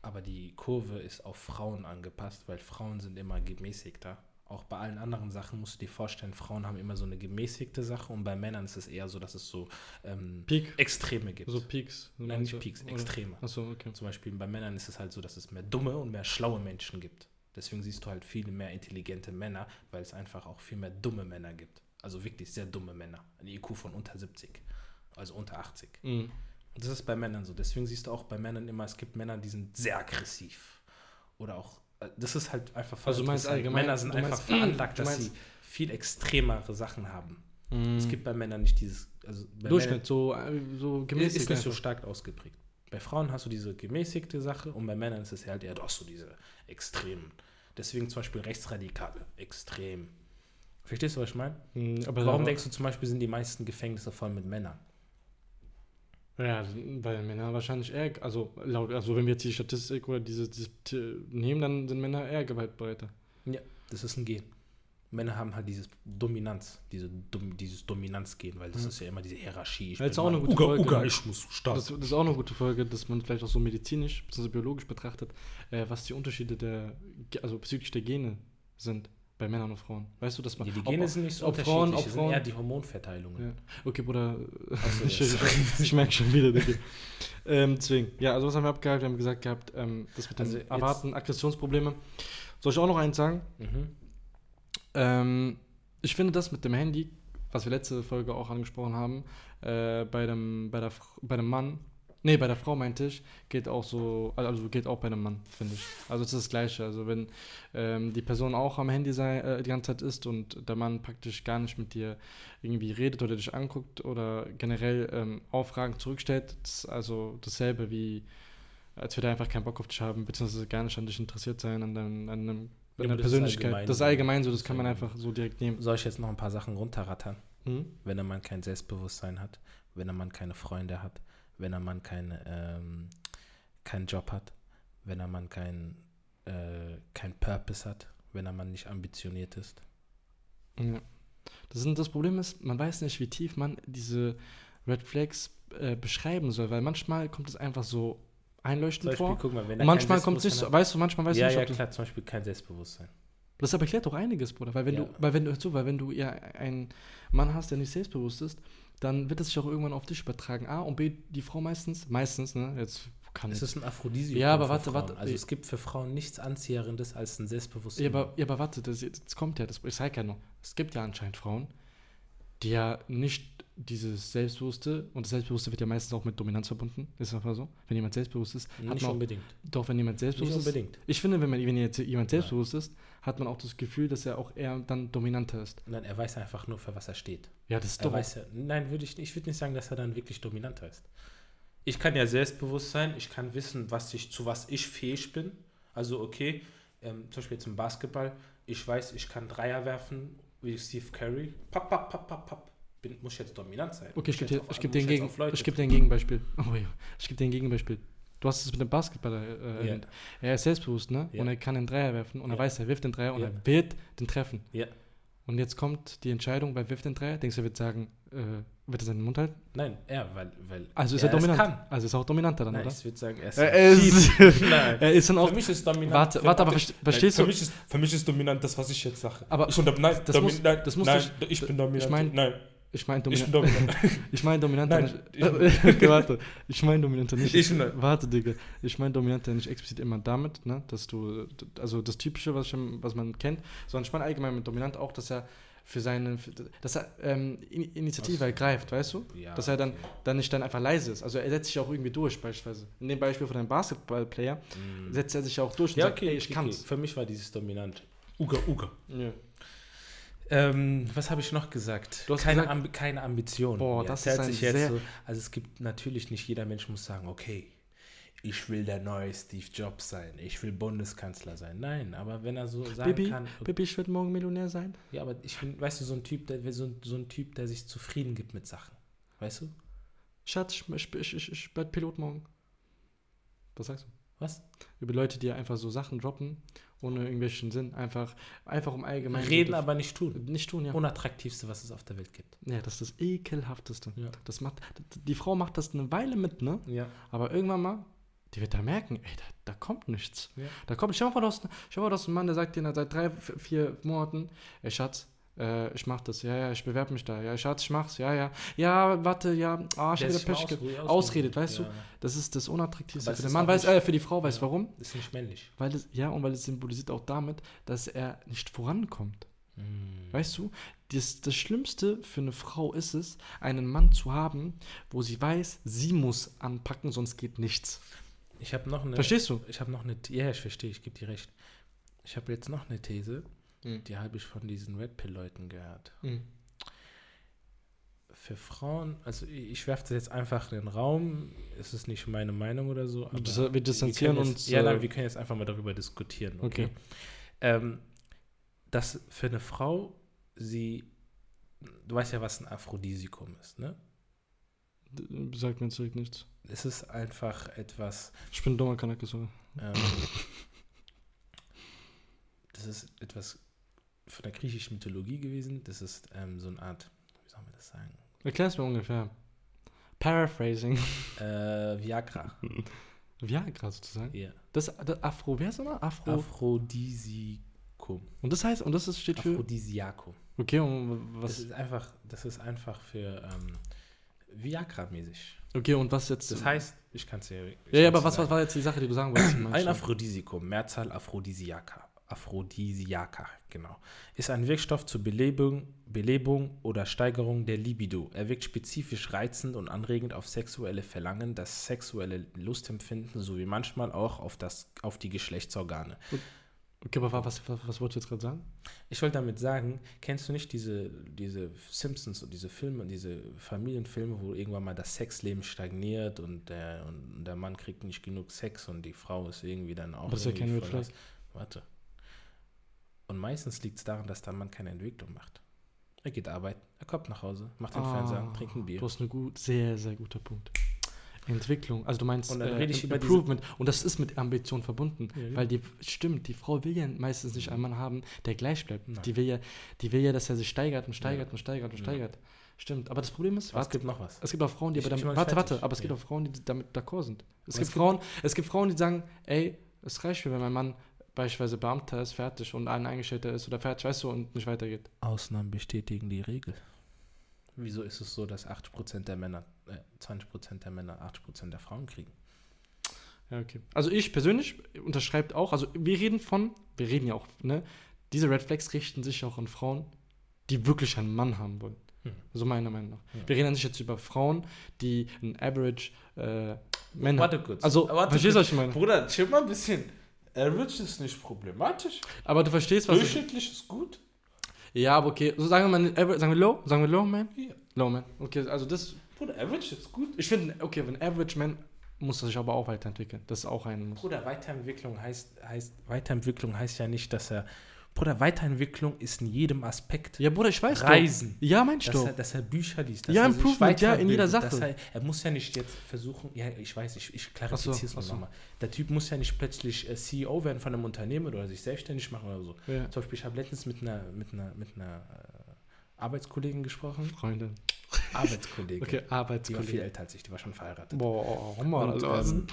Speaker 2: Aber die Kurve ist auf Frauen angepasst, weil Frauen sind immer gemäßigter. Auch bei allen anderen Sachen musst du dir vorstellen, Frauen haben immer so eine gemäßigte Sache und bei Männern ist es eher so, dass es so ähm,
Speaker 1: Peak,
Speaker 2: Extreme gibt.
Speaker 1: so Peaks. so
Speaker 2: Nein,
Speaker 1: meinst
Speaker 2: nicht
Speaker 1: du,
Speaker 2: Peaks,
Speaker 1: oder?
Speaker 2: Extreme.
Speaker 1: Achso, okay.
Speaker 2: Zum Beispiel bei Männern ist es halt so, dass es mehr dumme und mehr schlaue Menschen gibt. Deswegen siehst du halt viel mehr intelligente Männer, weil es einfach auch viel mehr dumme Männer gibt. Also wirklich sehr dumme Männer. Ein IQ von unter 70, also unter 80.
Speaker 1: Mhm.
Speaker 2: Und das ist bei Männern so. Deswegen siehst du auch bei Männern immer, es gibt Männer, die sind sehr aggressiv. Oder auch, äh, das ist halt einfach voll
Speaker 1: Also du meinst
Speaker 2: interessant.
Speaker 1: allgemein-
Speaker 2: Männer sind
Speaker 1: du
Speaker 2: einfach
Speaker 1: meinst-
Speaker 2: veranlagt,
Speaker 1: du
Speaker 2: dass
Speaker 1: meinst-
Speaker 2: sie viel extremere Sachen haben. Es
Speaker 1: Mhm.
Speaker 2: gibt bei Männern nicht dieses, also bei Männern-
Speaker 1: Durchschnitt, so, äh, so gemäßigt.
Speaker 2: ist nicht so
Speaker 1: einfach.
Speaker 2: stark ausgeprägt. Bei Frauen hast du diese gemäßigte Sache und bei Männern ist es halt eher doch so diese extremen. Deswegen zum Beispiel Rechtsradikale, extrem. Verstehst du, was ich meine?
Speaker 1: Mhm, aber
Speaker 2: Warum
Speaker 1: da-
Speaker 2: denkst du zum Beispiel, sind die meisten Gefängnisse voll mit Männern?
Speaker 1: Ja, also, weil Männer wahrscheinlich eher, also laut, also wenn wir jetzt die Statistik oder diese, dieses T- nehmen, dann sind Männer eher gewaltbereiter.
Speaker 2: Ja. Das ist ein Gen. Männer haben halt dieses Dominanz, diese Dom dieses Dominanz-Gen, weil das ist ja immer diese Hierarchie. Ich
Speaker 1: Ja, ist
Speaker 2: bin
Speaker 1: Mhm. auch eine
Speaker 2: Mann.
Speaker 1: gute
Speaker 2: Uga,
Speaker 1: Folge.
Speaker 2: Uga, ich muss stark.
Speaker 1: Das, das ist auch eine gute Folge, dass man vielleicht auch so medizinisch bzw. biologisch betrachtet, äh, was die Unterschiede der, Ge- also bezüglich der Gene sind bei Männern und Frauen. Weißt du, dass man.
Speaker 2: Ja, die
Speaker 1: ob-
Speaker 2: Gene sind nicht so
Speaker 1: ob Frauen-
Speaker 2: unterschiedlich,
Speaker 1: ob
Speaker 2: es
Speaker 1: Frauen-
Speaker 2: sind eher die Hormonverteilungen.
Speaker 1: Ja. Okay, Bruder,
Speaker 2: so,
Speaker 1: ich,
Speaker 2: ja,
Speaker 1: ich, ich merke schon wieder, Digga. ähm, deswegen, ja, also was haben wir abgehakt? Wir haben gesagt gehabt, ähm, das mit den
Speaker 2: Also jetzt-
Speaker 1: Erwarten, Aggressionsprobleme. Soll ich auch noch eins sagen?
Speaker 2: Mhm.
Speaker 1: Ähm, ich finde das mit dem Handy, was wir letzte Folge auch angesprochen haben, äh, bei, dem, bei, der, Fr- bei dem Mann, nee, bei der Frau meinte ich, geht auch so, also geht auch bei dem Mann, finde ich. Also es ist das Gleiche. Also wenn ähm, die Person auch am Handy sei, äh, die ganze Zeit ist und der Mann praktisch gar nicht mit dir irgendwie redet oder dich anguckt oder generell ähm, Auffragen zurückstellt, das ist also dasselbe wie als würde er einfach keinen Bock auf dich haben, beziehungsweise gar nicht an dich interessiert sein, an, deinem, an, deinem, an
Speaker 2: Ja, aber
Speaker 1: der
Speaker 2: das ist
Speaker 1: Persönlichkeit.
Speaker 2: allgemein.
Speaker 1: Das ist allgemein so, das
Speaker 2: Das
Speaker 1: kann man
Speaker 2: allgemein.
Speaker 1: einfach so direkt nehmen.
Speaker 2: Soll ich jetzt noch ein paar Sachen runterrattern?
Speaker 1: Hm?
Speaker 2: wenn ein Mann kein Selbstbewusstsein hat, wenn ein Mann keine Freunde hat, wenn ein Mann kein, ähm, keinen Job hat, wenn ein Mann kein, äh, kein Purpose hat, wenn ein Mann nicht ambitioniert ist.
Speaker 1: Ja. Das, sind, das Problem ist, man weiß nicht, wie tief man diese Red Flags äh, beschreiben soll, weil manchmal kommt es einfach so einleuchtend vor.
Speaker 2: guck mal, wenn
Speaker 1: Und manchmal kommt es nicht so, weißt du, manchmal weißt
Speaker 2: ja,
Speaker 1: du nicht,
Speaker 2: ja,
Speaker 1: ob du,
Speaker 2: klar, zum Beispiel kein Selbstbewusstsein.
Speaker 1: Das aber erklärt doch einiges, Bruder, weil wenn
Speaker 2: Ja.
Speaker 1: du, weil wenn du, hör zu, weil wenn du ja einen Mann hast, der nicht selbstbewusst ist, dann wird das sich auch irgendwann auf dich übertragen. A und B, die Frau meistens, meistens, ne, jetzt kann
Speaker 2: Es
Speaker 1: ich.
Speaker 2: ist ein Aphrodisiakum
Speaker 1: Ja, aber
Speaker 2: für
Speaker 1: warte,
Speaker 2: Frauen.
Speaker 1: warte,
Speaker 2: Also
Speaker 1: ich-
Speaker 2: es gibt für Frauen nichts Anziehendes als ein Selbstbewusstsein.
Speaker 1: Ja aber, ja, aber warte, das, jetzt kommt ja, das, ich sag ja noch, es gibt ja anscheinend Frauen, die ja nicht dieses Selbstbewusste, und das Selbstbewusste wird ja meistens auch mit Dominanz verbunden, ist einfach so. Wenn jemand selbstbewusst ist, hat
Speaker 2: nicht
Speaker 1: man auch,
Speaker 2: unbedingt.
Speaker 1: doch, wenn jemand
Speaker 2: Nicht
Speaker 1: selbstbewusst ist,
Speaker 2: unbedingt.
Speaker 1: ich finde, wenn, man, wenn jetzt jemand selbstbewusst ist, hat man auch das Gefühl, dass er auch eher dann dominanter ist.
Speaker 2: Nein, er weiß einfach nur, für was er steht.
Speaker 1: Ja, das ist
Speaker 2: Er
Speaker 1: doch,
Speaker 2: weiß ja, nein, würde ich, nicht- ich würde nicht sagen, dass er dann wirklich dominanter ist. Ich kann ja selbstbewusst sein, ich kann wissen, was ich, zu was ich fähig bin. Also, okay, ähm, zum Beispiel zum Basketball, ich weiß, ich kann Dreier werfen, wie Steve Curry. Papp, papp, papp, papp, papp. Bin, muss ich jetzt dominant sein?
Speaker 1: Okay, ich gebe
Speaker 2: Muss
Speaker 1: dir,
Speaker 2: jetzt auf-
Speaker 1: ich geb
Speaker 2: muss
Speaker 1: dir, ein
Speaker 2: jetzt
Speaker 1: Gegen,
Speaker 2: auf Leute-
Speaker 1: ich geb dir ein Gegenbeispiel. Oh, ja. Ich gebe dir ein Gegenbeispiel. Du hast es mit dem Basketballer äh,
Speaker 2: Ja.
Speaker 1: erwähnt. Er ist selbstbewusst, ne?
Speaker 2: Ja.
Speaker 1: Und er kann den Dreier werfen und er
Speaker 2: Ja.
Speaker 1: weiß, er wirft den Dreier und
Speaker 2: Ja.
Speaker 1: er wird den treffen.
Speaker 2: Ja.
Speaker 1: Und jetzt kommt die Entscheidung, bei wirft den Dreier, denkst du, er wird sagen, äh, wird er seinen Mund halten?
Speaker 2: Nein, er, weil, weil
Speaker 1: Also ist er,
Speaker 2: es
Speaker 1: dominant.
Speaker 2: Kann.
Speaker 1: Also ist er auch dominanter dann,
Speaker 2: Nein,
Speaker 1: oder?
Speaker 2: ich würde sagen, er ist.
Speaker 1: Er, er ist,
Speaker 2: Nein.
Speaker 1: er ist dann auch.
Speaker 2: Für mich ist dominant.
Speaker 1: Warte,
Speaker 2: für-
Speaker 1: warte, aber verste- verstehst
Speaker 3: für
Speaker 1: du?
Speaker 3: Mich ist, für mich ist dominant das, was ich jetzt sage.
Speaker 1: Aber
Speaker 3: ich unter, nein,
Speaker 1: das
Speaker 3: domi-
Speaker 1: muss-
Speaker 3: nein,
Speaker 1: das muss
Speaker 3: nein,
Speaker 1: nicht-
Speaker 3: ich bin dominant.
Speaker 1: ich mein-
Speaker 3: nein,
Speaker 1: Ich meine
Speaker 3: ich bin
Speaker 1: dominant.
Speaker 3: dominant.
Speaker 1: Ich meine dominanter.
Speaker 3: Nein,
Speaker 1: nicht- okay, warte. Ich meine dominanter nicht.
Speaker 3: Ich bin dominant.
Speaker 1: Warte, Digga. Ich meine dominant ja nicht explizit immer damit, ne, dass du, also das Typische, was, ich, was man kennt, sondern ich meine allgemein mit dominant auch, dass er für seine, für, dass er ähm, In- Initiative ergreift, weißt du?
Speaker 2: Ja,
Speaker 1: dass er dann,
Speaker 2: okay.
Speaker 1: dann nicht dann einfach leise ist. Also er setzt sich auch irgendwie durch, beispielsweise. In dem Beispiel von einem Basketballplayer setzt er sich auch durch und
Speaker 2: Ja,
Speaker 1: sagt,
Speaker 2: okay,
Speaker 1: ey, ich
Speaker 2: okay,
Speaker 1: kann's.
Speaker 2: okay. Für mich war dieses dominant. Uga, uga.
Speaker 1: Ja.
Speaker 2: Ähm, was habe ich noch gesagt?
Speaker 1: Du hast
Speaker 2: keine,
Speaker 1: gesagt-
Speaker 2: Ambi- keine Ambition.
Speaker 1: Boah,
Speaker 2: Ja,
Speaker 1: das
Speaker 2: der
Speaker 1: ist
Speaker 2: hat
Speaker 1: ein
Speaker 2: sich jetzt
Speaker 1: sehr-
Speaker 2: so, Also es gibt natürlich nicht jeder Mensch muss sagen, okay, ich will der neue Steve Jobs sein, ich will Bundeskanzler sein. Nein, aber wenn er so sagen
Speaker 1: Bibi,
Speaker 2: kann,
Speaker 1: Bibi, ich werde morgen Millionär sein.
Speaker 2: ja, aber ich bin, weißt du, so ein Typ, der so, ein- so ein Typ, der sich zufrieden gibt mit Sachen, weißt du?
Speaker 1: Schatz, ich, ich, ich, ich, ich werde Pilot morgen. Was sagst du?
Speaker 2: Was?
Speaker 1: Über Leute, die einfach so Sachen droppen, ohne irgendwelchen Sinn. Einfach, einfach um allgemein.
Speaker 2: Reden, aber nicht tun.
Speaker 1: Nicht tun, ja.
Speaker 2: Unattraktivste, was es auf der Welt gibt.
Speaker 1: Ja, das ist das Ekelhafteste.
Speaker 2: Ja.
Speaker 1: Das macht, die Frau macht das eine Weile mit, ne?
Speaker 2: Ja.
Speaker 1: Aber irgendwann mal, die wird da merken, ey, da, da kommt nichts.
Speaker 2: Ja.
Speaker 1: Da kommt, schau mal, du hast, schau mal, du hast einen Mann, der sagt dir na, seit drei, f- vier Monaten, ey Schatz, äh, ich mach das, ja, ja, ich bewerbe mich da, ja, Schatz, ich mach's, ja, ja, ja, warte, ja, ah, ich
Speaker 2: Der
Speaker 1: hab wieder
Speaker 2: sich mal
Speaker 1: Pech gehabt.
Speaker 2: ausruht- ausruht.
Speaker 1: Ausredet, weißt
Speaker 2: Ja.
Speaker 1: du? Das ist das Unattraktivste
Speaker 2: Aber
Speaker 1: für
Speaker 2: es
Speaker 1: den
Speaker 2: ist
Speaker 1: Mann,
Speaker 2: auch
Speaker 1: weiß,
Speaker 2: nicht-
Speaker 1: äh, für die Frau, weißt
Speaker 2: Ja.
Speaker 1: warum?
Speaker 2: Ist nicht männlich.
Speaker 1: Weil es, ja, und weil es symbolisiert auch damit, dass er nicht vorankommt. Weißt du, das, das Schlimmste für eine Frau ist es, einen Mann zu haben, wo sie weiß, sie muss anpacken, sonst geht nichts.
Speaker 2: Ich habe noch eine.
Speaker 1: Verstehst du?
Speaker 2: Ich habe noch eine. Ja, ich verstehe, ich gebe dir recht. Ich habe jetzt noch eine These,
Speaker 1: Mhm.
Speaker 2: die habe ich von diesen Red Pill-Leuten gehört. Für Frauen, also ich ich werfe das jetzt einfach in den Raum, es ist nicht meine Meinung oder so. Aber
Speaker 1: dis- wir distanzieren
Speaker 2: können jetzt,
Speaker 1: uns,
Speaker 2: Ja,
Speaker 1: äh,
Speaker 2: nein, wir können jetzt einfach mal darüber diskutieren. Okay.
Speaker 1: Okay.
Speaker 2: Ähm, dass für eine Frau, sie. Du weißt ja, was ein Aphrodisikum ist, ne?
Speaker 1: D- Sagt mir zurück nichts.
Speaker 2: Es ist einfach etwas.
Speaker 1: Ich bin dummer Kanake sogar.
Speaker 2: Ähm, das ist etwas von der griechischen Mythologie gewesen. Das ist ähm, so eine Art, wie soll man das sagen?
Speaker 1: Erklär's mir ungefähr. Paraphrasing.
Speaker 2: Äh, Viagra.
Speaker 1: Mhm. Viagra sozusagen.
Speaker 2: Ja.
Speaker 1: Das, das Afro, wer ist immer? Afro.
Speaker 2: Aphrodisikum.
Speaker 1: Und das heißt, und das ist, steht für.
Speaker 2: Aphrodisiakum.
Speaker 1: Okay, und
Speaker 2: Das
Speaker 1: was,
Speaker 2: ist einfach, das ist einfach für ähm, Viagra-mäßig.
Speaker 1: okay, und was jetzt.
Speaker 2: Das heißt, ich kann es ja. ich
Speaker 1: ja, ja, aber
Speaker 2: kann's dir
Speaker 1: was,
Speaker 2: sagen.
Speaker 1: was war jetzt die Sache, die du sagen wolltest?
Speaker 2: Ein Aphrodisikum, Mehrzahl Aphrodisiaka. Aphrodisiaka, genau. Ist ein Wirkstoff zur Belebung, Belebung oder Steigerung der Libido. Er wirkt spezifisch reizend und anregend auf sexuelle Verlangen, das sexuelle Lustempfinden sowie manchmal auch auf, das, auf die Geschlechtsorgane.
Speaker 1: Okay, aber wa- was, was, was wolltest du jetzt gerade sagen?
Speaker 2: Ich wollte damit sagen, kennst du nicht diese, diese Simpsons und diese Filme, diese Familienfilme, wo irgendwann mal das Sexleben stagniert und der, und der Mann kriegt nicht genug Sex und die Frau ist irgendwie dann auch.
Speaker 1: Das ist ja
Speaker 2: irgendwie
Speaker 1: kein
Speaker 2: voll
Speaker 1: Red Flag.
Speaker 2: aus- Warte. Und meistens liegt es daran, dass der Mann keine Entwicklung macht. Er geht arbeiten, er kommt nach Hause, macht den Fernseher,
Speaker 1: Ah,
Speaker 2: trinkt ein Bier.
Speaker 1: Du hast einen gut, sehr, sehr guter Punkt. Entwicklung, also du meinst
Speaker 2: Und dann rede ich über diese-
Speaker 1: Improvement. Und das ist mit Ambition verbunden,
Speaker 2: Ja, genau.
Speaker 1: weil die, stimmt, die Frau will ja meistens nicht einen Mann haben, der gleich bleibt.
Speaker 2: Mhm. Nein.
Speaker 1: Die will, ja, die will ja, dass er sich steigert und steigert
Speaker 2: Ja.
Speaker 1: und steigert und
Speaker 2: Ja.
Speaker 1: steigert. Stimmt, aber das Problem ist,
Speaker 2: Was
Speaker 1: warte,
Speaker 2: gibt noch was?
Speaker 1: es gibt auch Frauen, die
Speaker 2: Ich-
Speaker 1: aber
Speaker 2: ich bin
Speaker 1: damit,
Speaker 2: noch
Speaker 1: warte,
Speaker 2: nicht
Speaker 1: warte,
Speaker 2: fertig.
Speaker 1: aber es gibt
Speaker 2: Ja.
Speaker 1: auch Frauen, die damit d'accord sind. Es
Speaker 2: Aber
Speaker 1: gibt
Speaker 2: es gibt-
Speaker 1: Frauen, es gibt Frauen, die sagen, ey, es reicht mir, wenn mein Mann beispielsweise Beamter ist, fertig und ein Angestellter ist oder fertig, weißt du, und nicht weitergeht.
Speaker 2: Ausnahmen bestätigen die Regel. Wieso ist es so, dass 80% der Männer, äh, 20% der Männer 80% der Frauen kriegen?
Speaker 1: Ja, okay. Also ich persönlich unterschreibt auch, also wir reden von, wir reden ja auch, ne, diese Red Flags richten sich auch an Frauen, die wirklich einen Mann haben wollen.
Speaker 2: Hm.
Speaker 1: So meiner Meinung nach.
Speaker 2: Ja.
Speaker 1: Wir reden ja nicht jetzt über Frauen, die einen Average äh, Männer.
Speaker 2: Warte kurz.
Speaker 1: Also,
Speaker 2: Warte
Speaker 1: verstehst du, was ich meine?
Speaker 3: Bruder, chill mal ein bisschen. Average ist nicht problematisch.
Speaker 1: Aber du verstehst, was ich.
Speaker 3: Durchschnittlich ist gut.
Speaker 1: Ja, aber okay. So sagen wir mal, average, sagen wir low, sagen wir low man?
Speaker 3: Ja.
Speaker 1: Low man. Okay, also das.
Speaker 3: Bruder, Average ist gut.
Speaker 1: Ich finde, okay, wenn average man muss er sich aber auch weiterentwickeln. Das ist auch ein Muss.
Speaker 2: Bruder, Weiterentwicklung heißt, heißt, Weiterentwicklung heißt ja nicht, dass er. Bruder, Weiterentwicklung ist in jedem Aspekt.
Speaker 1: Ja, Bruder, ich weiß doch.
Speaker 2: Reisen.
Speaker 1: Ja, meinst
Speaker 2: Dass
Speaker 1: du?
Speaker 2: er, dass er Bücher liest. Dass
Speaker 1: Ja,
Speaker 2: er sich
Speaker 1: Improvement, ja, in jeder
Speaker 2: weiterbildet,
Speaker 1: Sache.
Speaker 2: dass Er, er muss ja nicht jetzt versuchen, ja, ich weiß, ich, ich
Speaker 1: Ach so,
Speaker 2: klarifiziere es
Speaker 1: ach
Speaker 2: noch
Speaker 1: so.
Speaker 2: nochmal. Der Typ muss ja nicht plötzlich äh, CEO werden von einem Unternehmen oder sich selbstständig machen oder so.
Speaker 1: Ja.
Speaker 2: Zum Beispiel, ich habe letztens mit einer, mit einer, mit einer äh, Arbeitskollegin gesprochen.
Speaker 1: Freunde.
Speaker 2: Arbeitskollegin.
Speaker 1: Okay,
Speaker 2: Die war viel
Speaker 1: Arbeitskollege.
Speaker 2: älter als ich, die war schon verheiratet.
Speaker 1: Boah, oh, Hammer,
Speaker 2: Und,
Speaker 1: Alter.
Speaker 2: ähm,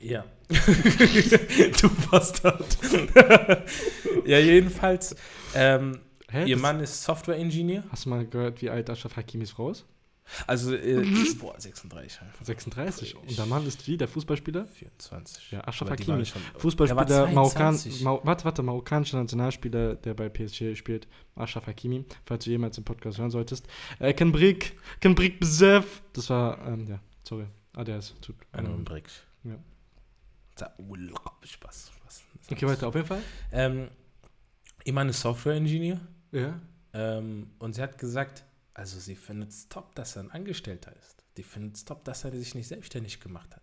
Speaker 2: ja. du Bastard. ja, jedenfalls. Ähm,
Speaker 1: Hä?
Speaker 2: ihr
Speaker 1: Das-
Speaker 2: Mann ist Software-Engineer.
Speaker 1: Hast du mal gehört, wie alt Ashraf Hakimis Frau ist?
Speaker 2: Also, äh, boah, 36. ja.
Speaker 1: 36. Und der Mann ist wie, der Fußballspieler?
Speaker 2: 24.
Speaker 1: Ja, Ashraf
Speaker 2: Aber die
Speaker 1: Hakimi.
Speaker 2: waren schon- Der
Speaker 1: Fußballspieler,
Speaker 2: war
Speaker 1: Marokkan,
Speaker 2: 22.
Speaker 1: Mau, warte, warte, marokkanischer Nationalspieler, der bei PSG spielt, Ashraf Hakimi, falls du jemals im Podcast hören solltest. Äh, Kenbrik, Kenbrik Bzef. Das war, ähm, ja, sorry, ADS, tut
Speaker 2: Einer im Brick.
Speaker 1: Ja.
Speaker 2: Da- oh, lock, Spaß, Spaß.
Speaker 1: Okay, weiter, auf jeden Fall.
Speaker 2: Ähm, Iman ist Software-Engineer
Speaker 1: Ja.
Speaker 2: ähm, und sie hat gesagt, also sie findet es top, dass er ein Angestellter ist. Die findet es top, dass er sich nicht selbstständig gemacht hat.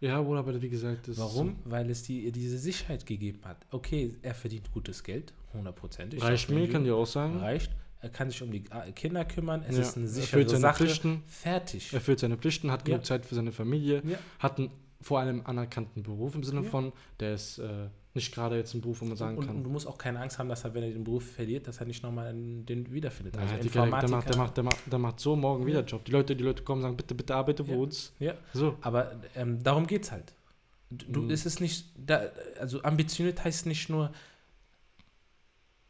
Speaker 1: Ja, wohl, aber wie gesagt, das
Speaker 2: Warum? Weil es die, ihr diese Sicherheit gegeben hat. Okay, er verdient gutes Geld, hundertprozentig.
Speaker 1: ist- reicht mir, kann dir auch
Speaker 2: sagen.
Speaker 1: sagen.
Speaker 2: Reicht. Er kann sich um die äh, Kinder kümmern. Es
Speaker 1: Ja,
Speaker 2: ist eine
Speaker 1: erfüllt
Speaker 2: sichere
Speaker 1: seine
Speaker 2: Sache.
Speaker 1: Pflichten.
Speaker 2: Fertig.
Speaker 1: Erfüllt seine Pflichten, hat genug
Speaker 2: Ja.
Speaker 1: Zeit für seine Familie,
Speaker 2: Ja.
Speaker 1: hat einen vor allem anerkannten Beruf im Sinne
Speaker 2: Ja.
Speaker 1: von, der ist äh, nicht gerade jetzt ein Beruf, wo man sagen
Speaker 2: und,
Speaker 1: kann.
Speaker 2: und du musst auch keine Angst haben, dass er, wenn er den Beruf verliert, dass er nicht nochmal den wiederfindet. Also
Speaker 1: Ja, die der, der, macht, der, macht, der, macht, der macht so morgen wieder Job. Die Leute, die Leute kommen und sagen, bitte, bitte arbeite für
Speaker 2: Ja.
Speaker 1: uns.
Speaker 2: Ja.
Speaker 1: So.
Speaker 2: Aber ähm, darum geht's halt. Du,
Speaker 1: Mhm.
Speaker 2: es ist nicht, da, also ambitioniert heißt nicht nur,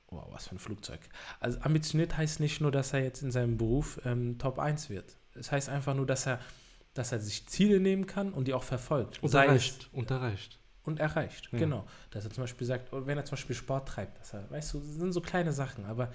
Speaker 2: wow, was für ein Flugzeug. Also ambitioniert heißt nicht nur, dass er jetzt in seinem Beruf ähm, Top 1 wird. Es heißt einfach nur, dass er, dass er sich Ziele nehmen kann und die auch verfolgt.
Speaker 1: Und
Speaker 2: Sei es-
Speaker 1: erreicht. Und erreicht.
Speaker 2: und erreicht.
Speaker 1: Ja.
Speaker 2: Genau. Dass er zum Beispiel sagt, oh, wenn er zum Beispiel Sport treibt, dass er, weißt du, das sind so kleine Sachen, aber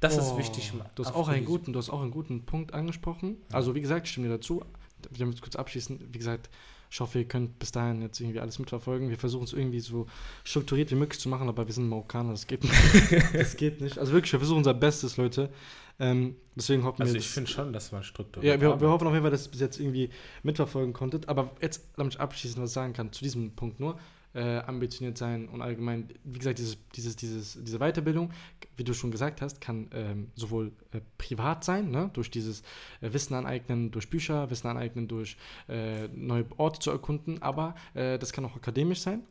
Speaker 2: das ist
Speaker 1: Oh,
Speaker 2: wichtig. um
Speaker 1: Du hast,
Speaker 2: Auf-
Speaker 1: auch einen guten, du hast auch einen guten Punkt angesprochen. Also, wie gesagt, stimme dir dazu. Wir müssen kurz abschließen. Wie gesagt, ich hoffe, ihr könnt bis dahin jetzt irgendwie alles mitverfolgen. Wir versuchen es irgendwie so strukturiert wie möglich zu machen, aber wir sind Marokkaner, das geht nicht. das geht nicht. Also wirklich, wir versuchen unser Bestes, Leute. Ähm, deswegen hoffen
Speaker 2: Also
Speaker 1: wir,
Speaker 2: ich
Speaker 1: dass-
Speaker 2: finde schon, dass man Struktur
Speaker 1: Ja, wir, wir hoffen auf jeden Fall, dass ihr bis jetzt irgendwie mitverfolgen konntet. Aber jetzt, damit ich abschließend was sagen kann, zu diesem Punkt nur, äh, ambitioniert sein und allgemein, wie gesagt, dieses, dieses, dieses, diese Weiterbildung, wie du schon gesagt hast, kann ähm, sowohl äh, privat sein, ne? durch dieses äh, Wissen aneignen, durch Bücher, Wissen aneignen, durch äh, neue Orte zu erkunden, aber äh, das kann auch akademisch sein.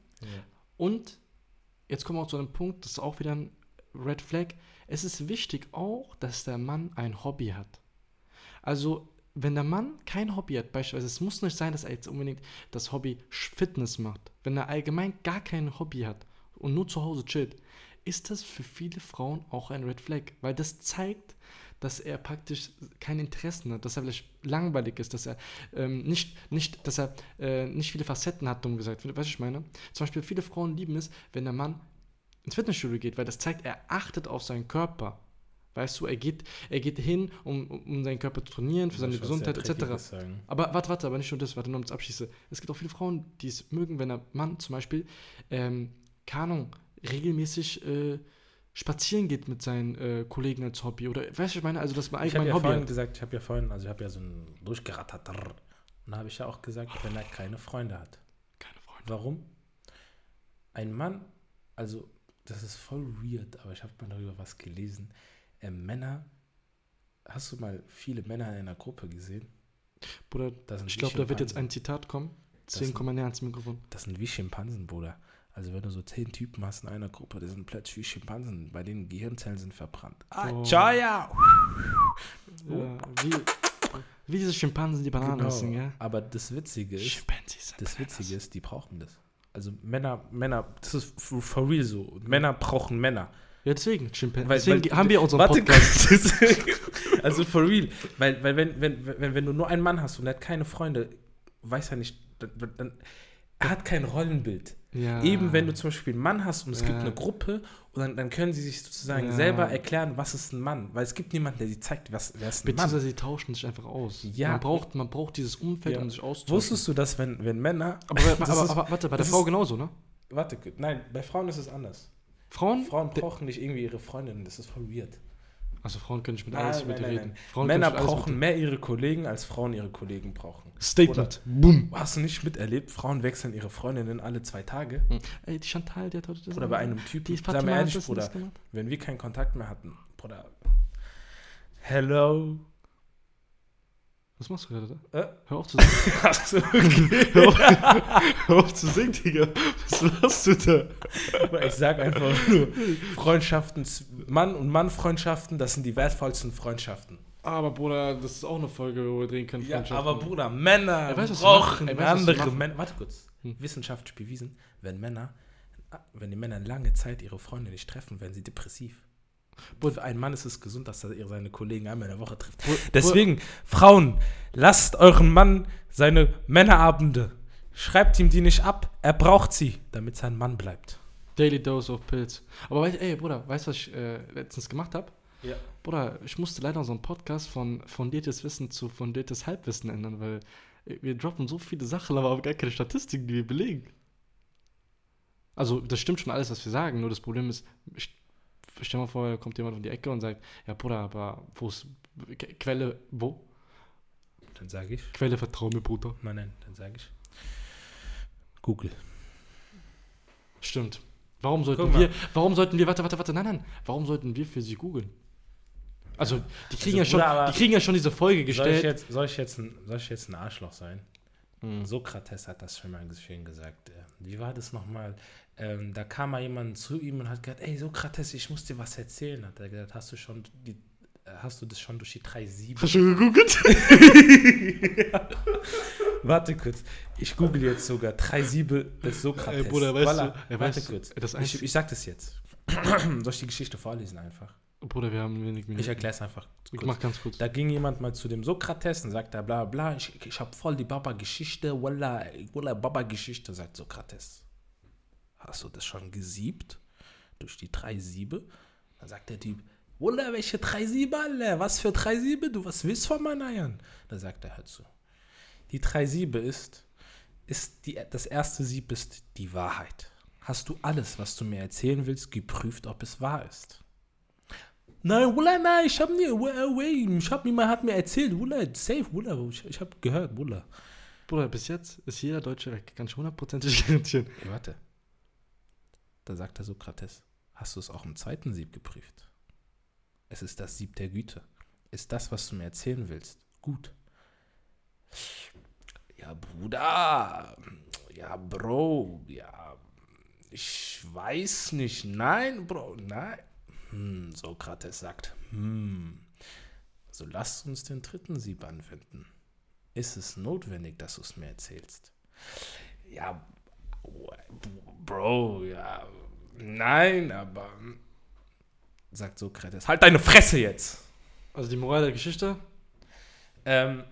Speaker 1: Und jetzt kommen wir auch zu einem Punkt, das ist auch wieder ein Red Flag. Es ist wichtig auch, dass der Mann ein Hobby hat. Also, wenn der Mann kein Hobby hat, beispielsweise, es muss nicht sein, dass er jetzt unbedingt das Hobby Sch- Fitness macht. Wenn er allgemein gar kein Hobby hat und nur zu Hause chillt, ist das für viele Frauen auch ein Red Flag, weil das zeigt, dass er praktisch kein Interessen hat, dass er vielleicht langweilig ist, dass er ähm, nicht, nicht, dass er äh, nicht viele Facetten hat, dumm gesagt. Weißt du, was ich meine? Zum Beispiel, viele Frauen lieben es, wenn der Mann ins Fitnessstudio geht, weil das zeigt, er achtet auf seinen Körper. Weißt du, er geht, er geht hin, um, um seinen Körper zu trainieren, für seine Gesundheit etc. Aber warte, warte, aber nicht nur das, warte, nur um das abschließe. Es gibt auch viele Frauen, die es mögen, wenn der Mann zum Beispiel, ähm, keine Ahnung, regelmäßig äh, spazieren geht mit seinen äh, Kollegen als Hobby. Oder weißt du, was ich meine, also dass man
Speaker 2: Ich habe
Speaker 1: allgemein
Speaker 2: ja
Speaker 1: Hobby
Speaker 2: vorhin
Speaker 1: hat.
Speaker 2: gesagt, ich habe ja vorhin, also ich habe ja so ein durchgerattert. Und da habe ich ja auch gesagt, wenn er keine Freunde hat.
Speaker 1: Keine Freunde.
Speaker 2: Warum? Ein Mann, also das ist voll weird, aber ich habe mal darüber was gelesen. Ähm, Männer, hast du mal viele Männer in einer Gruppe gesehen?
Speaker 1: Bruder,
Speaker 2: Das sind
Speaker 1: ich
Speaker 2: die
Speaker 1: glaube, da wird jetzt
Speaker 2: Schimpansen.
Speaker 1: ein Zitat kommen. Deswegen
Speaker 2: sind-
Speaker 1: komm mal näher ans Mikrofon.
Speaker 2: Das sind wie Schimpansen, Bruder. Also wenn du so zehn Typen hast in einer Gruppe, die sind plötzlich wie Schimpansen, bei denen Gehirnzellen sind verbrannt. Ah,
Speaker 1: Oh.
Speaker 2: Chaya!
Speaker 1: Ja, wie, wie diese Schimpansen, die Bananen essen,
Speaker 2: Genau.
Speaker 1: gell?
Speaker 2: Aber das Witzige ist,
Speaker 1: Schimpansen sind
Speaker 2: Das
Speaker 1: Bananas.
Speaker 2: Witzige ist, die brauchen das. Also Männer, Männer, das ist for for real so. Und Männer brauchen Männer.
Speaker 1: Ja, deswegen, Schimpansen.
Speaker 2: Weil-
Speaker 1: deswegen
Speaker 2: weil-
Speaker 1: haben wir unseren
Speaker 2: Warte,
Speaker 1: Podcast.
Speaker 2: kurz. also for real. Weil, weil wenn, wenn, wenn, wenn du nur einen Mann hast und der hat keine Freunde, weiß er nicht, dann, dann, er hat kein Rollenbild.
Speaker 1: Ja.
Speaker 2: Eben wenn du zum Beispiel einen Mann hast und es gibt
Speaker 1: Ah. Ja.
Speaker 2: eine Gruppe und dann, dann können sie sich sozusagen
Speaker 1: Ja.
Speaker 2: selber erklären, was ist ein Mann. Weil es gibt niemanden, der sie zeigt, was, wer ist ein Mann.
Speaker 1: Beziehungsweise sie tauschen sich einfach aus.
Speaker 2: Ja.
Speaker 1: Man braucht, man braucht dieses Umfeld,
Speaker 2: Ja.
Speaker 1: um sich auszutauschen.
Speaker 2: Wusstest du, dass wenn, wenn Männer...
Speaker 1: Aber, aber,
Speaker 2: Das
Speaker 1: aber,
Speaker 2: ist-
Speaker 1: aber warte, bei der
Speaker 2: das
Speaker 1: Frau
Speaker 2: ist-
Speaker 1: genauso, ne?
Speaker 2: Warte, nein, bei Frauen ist es anders.
Speaker 1: Frauen?
Speaker 2: Frauen brauchen nicht irgendwie ihre Freundinnen, das ist voll weird.
Speaker 1: Also Frauen können nicht mit
Speaker 2: Nein,
Speaker 1: alles
Speaker 2: nein,
Speaker 1: mit dir
Speaker 2: nein,
Speaker 1: reden.
Speaker 2: nein.
Speaker 1: Frauen können
Speaker 2: Männer
Speaker 1: nicht mit alles
Speaker 2: brauchen mehr ihre Kollegen, als Frauen ihre Kollegen brauchen.
Speaker 1: mit- Statement. Boom.
Speaker 2: Hast du nicht miterlebt, Frauen wechseln ihre Freundinnen alle zwei Tage?
Speaker 1: Ey, die Chantal, die hat heute das
Speaker 2: Hm. Oder bei einem
Speaker 1: Die
Speaker 2: Typen,
Speaker 1: Fatima
Speaker 2: sag mal
Speaker 1: hat
Speaker 2: ehrlich,
Speaker 1: das
Speaker 2: Bruder,
Speaker 1: nicht gemacht.
Speaker 2: wenn wir keinen Kontakt mehr hatten, Bruder, hello,
Speaker 1: Was machst du gerade da?
Speaker 2: Äh?
Speaker 1: Hör auf zu singen.
Speaker 2: hast du
Speaker 1: hör, auf, hör auf zu singen, Digga. Was machst du da?
Speaker 2: Aber ich sag einfach nur, Freundschaften, Mann- und Mann-Freundschaften, das sind die wertvollsten Freundschaften.
Speaker 1: Aber Bruder, das ist auch eine Folge, wo wir drehen können.
Speaker 2: Ja,
Speaker 1: Freundschaften.
Speaker 2: aber Bruder, Männer
Speaker 1: Er weiß, was wir machen.
Speaker 2: brauchen
Speaker 1: Er weiß, was wir
Speaker 2: andere
Speaker 1: machen. Hm.
Speaker 2: Männer. Warte kurz. Wissenschaftlich bewiesen, wenn Männer, wenn die Männer lange Zeit ihre Freunde nicht treffen, werden sie depressiv. Und für einen Mann ist es gesund, dass er seine Kollegen einmal in der Woche trifft.
Speaker 1: Br-
Speaker 2: Deswegen, Frauen, lasst euren Mann seine Männerabende. Schreibt ihm die nicht ab. Er braucht sie, damit sein Mann bleibt.
Speaker 1: Daily Dose of Pills. Aber wei- ey, Bruder, weißt du, was ich äh, letztens gemacht habe?
Speaker 3: Ja.
Speaker 1: Bruder, ich musste leider so einen Podcast von fundiertes Wissen zu fundiertes Halbwissen ändern, weil äh, wir droppen so viele Sachen, aber haben gar keine Statistiken, die wir belegen. Also, das stimmt schon alles, was wir sagen, nur das Problem ist, ich, stell mal vor, da kommt jemand um die Ecke und sagt, ja, Bruder, aber wo ist Ke- Quelle, wo?
Speaker 2: Dann sage ich.
Speaker 1: Quelle vertrau mir, Bruder.
Speaker 2: Nein, nein, dann sage ich. Google.
Speaker 1: Stimmt. Warum sollten
Speaker 2: Guck mal.
Speaker 1: wir, warum sollten wir, warte, warte, warte, nein, nein, warum sollten wir für sie googeln? Also, die kriegen,
Speaker 2: Also,
Speaker 1: ja,
Speaker 2: Bruder,
Speaker 1: schon,
Speaker 2: aber-
Speaker 1: die kriegen ja schon diese Folge
Speaker 2: Soll ich,
Speaker 1: gestellt.
Speaker 2: jetzt, soll, ich jetzt ein, soll ich jetzt ein Arschloch sein?
Speaker 1: Hm.
Speaker 2: Sokrates hat das schon mal schön gesagt. Äh, Wie war das nochmal? Ähm, da kam mal jemand zu ihm und hat gesagt, ey Sokrates, ich muss dir was erzählen. Hat er gesagt, hast du schon die, äh, hast du das schon durch die drei Sieben?
Speaker 1: Hast du gegoogelt?
Speaker 2: Warte kurz, ich google jetzt sogar drei Sieben des Sokrates.
Speaker 1: Ey, Bruder, weißt
Speaker 2: Voilà.
Speaker 1: du- ey,
Speaker 2: Warte
Speaker 1: weißt du,
Speaker 2: kurz,
Speaker 1: ey, das
Speaker 2: ich,
Speaker 1: Einzige-
Speaker 2: ich sag das jetzt. Soll ich die Geschichte vorlesen einfach?
Speaker 1: Bruder, wir haben wenig Minuten.
Speaker 2: Ich
Speaker 1: Mhm. Ich,
Speaker 2: erkläre es einfach kurz.
Speaker 1: mach ganz kurz.
Speaker 2: Da ging jemand mal zu dem Sokrates und sagte, bla bla, ich, ich habe voll die Baba-Geschichte, walla, walla Baba-Geschichte, sagt Sokrates. Hast du das schon gesiebt? Durch die drei Siebe? Dann sagt der Typ, walla, welche drei Siebe, alle? Was für drei Siebe? Du, was willst von meinen Eiern? Dann sagt er, hör zu. Die drei Siebe ist, ist die, das erste Sieb ist die Wahrheit. Hast du alles, was du mir erzählen willst, geprüft, ob es wahr ist? Nein, Wula, nein, ich hab nie, Wula, wait, ich hab niemand hat mir erzählt, Wula, safe, Wula, ich, ich hab gehört, Wula.
Speaker 1: Bruder, bis jetzt ist jeder Deutsche weg. Kann ich hundertprozentig garantieren.
Speaker 2: Ey, warte. Da sagt der Sokrates, hast du es auch im zweiten Sieb geprüft? Es ist das Sieb der Güte. Ist das, was du mir erzählen willst, gut? Ja, Bruder, ja, Bro, ja, ich weiß nicht, nein, Bro, nein. Hm, Sokrates sagt, hm, so lasst uns den dritten Sieb anwenden. Ist es notwendig, dass du es mir erzählst? Ja, Bro, ja. Nein, aber. Sagt Sokrates. Halt deine Fresse jetzt!
Speaker 1: Also die Moral der Geschichte?
Speaker 2: Ähm,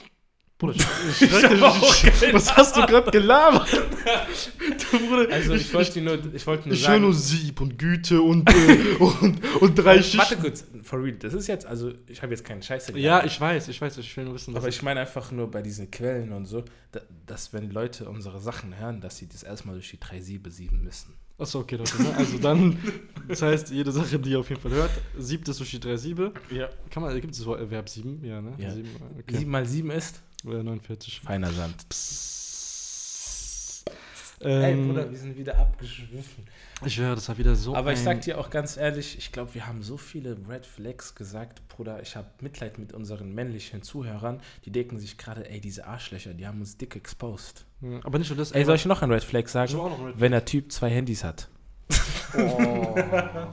Speaker 1: Bruder, ich, ich, ich, was hast du gerade gelabert? du Bruder,
Speaker 2: also, ich wollte dir nur, ich wollte nur
Speaker 1: ich höre
Speaker 2: sagen.
Speaker 1: nur Sieb und Güte und, äh, und, und drei
Speaker 2: Warte
Speaker 1: Schichten.
Speaker 2: kurz, for real. Das ist jetzt, also, ich habe jetzt keinen Scheiß
Speaker 1: Ja, ich weiß, ich weiß, ich will nur wissen, was
Speaker 2: Aber ich meine einfach nur bei diesen Quellen und so, da, dass wenn Leute unsere Sachen hören, dass sie das erstmal durch die drei Siebe sieben müssen.
Speaker 1: Achso, okay, Leute. Ne? Also dann, das heißt, jede Sache, die ihr auf jeden Fall hört, siebtes Sushi 3 Siebe.
Speaker 2: Ja.
Speaker 1: Kann man, gibt es das Wort- Verb 7? Ja, ne?
Speaker 2: Ja.
Speaker 1: Sieben, okay.
Speaker 2: Sieben mal sieben ist?
Speaker 1: Oder 49.
Speaker 2: Feiner Sand.
Speaker 1: Ähm,
Speaker 2: wir sind wieder abgeschwiffen.
Speaker 1: ich höre, das war wieder so
Speaker 2: Aber ich
Speaker 1: ein-
Speaker 2: sag dir auch ganz ehrlich, ich glaube, wir haben so viele Red Flags gesagt, Bruder, ich habe Mitleid mit unseren männlichen Zuhörern, die denken sich gerade, ey, diese Arschlöcher, die haben uns dick exposed.
Speaker 1: Ja, Aber nicht nur das.
Speaker 2: Ey, soll ich noch ein Red Flag sagen?
Speaker 1: Ich hab auch noch einen Red Flag.
Speaker 2: Wenn der Typ zwei Handys hat. Oh.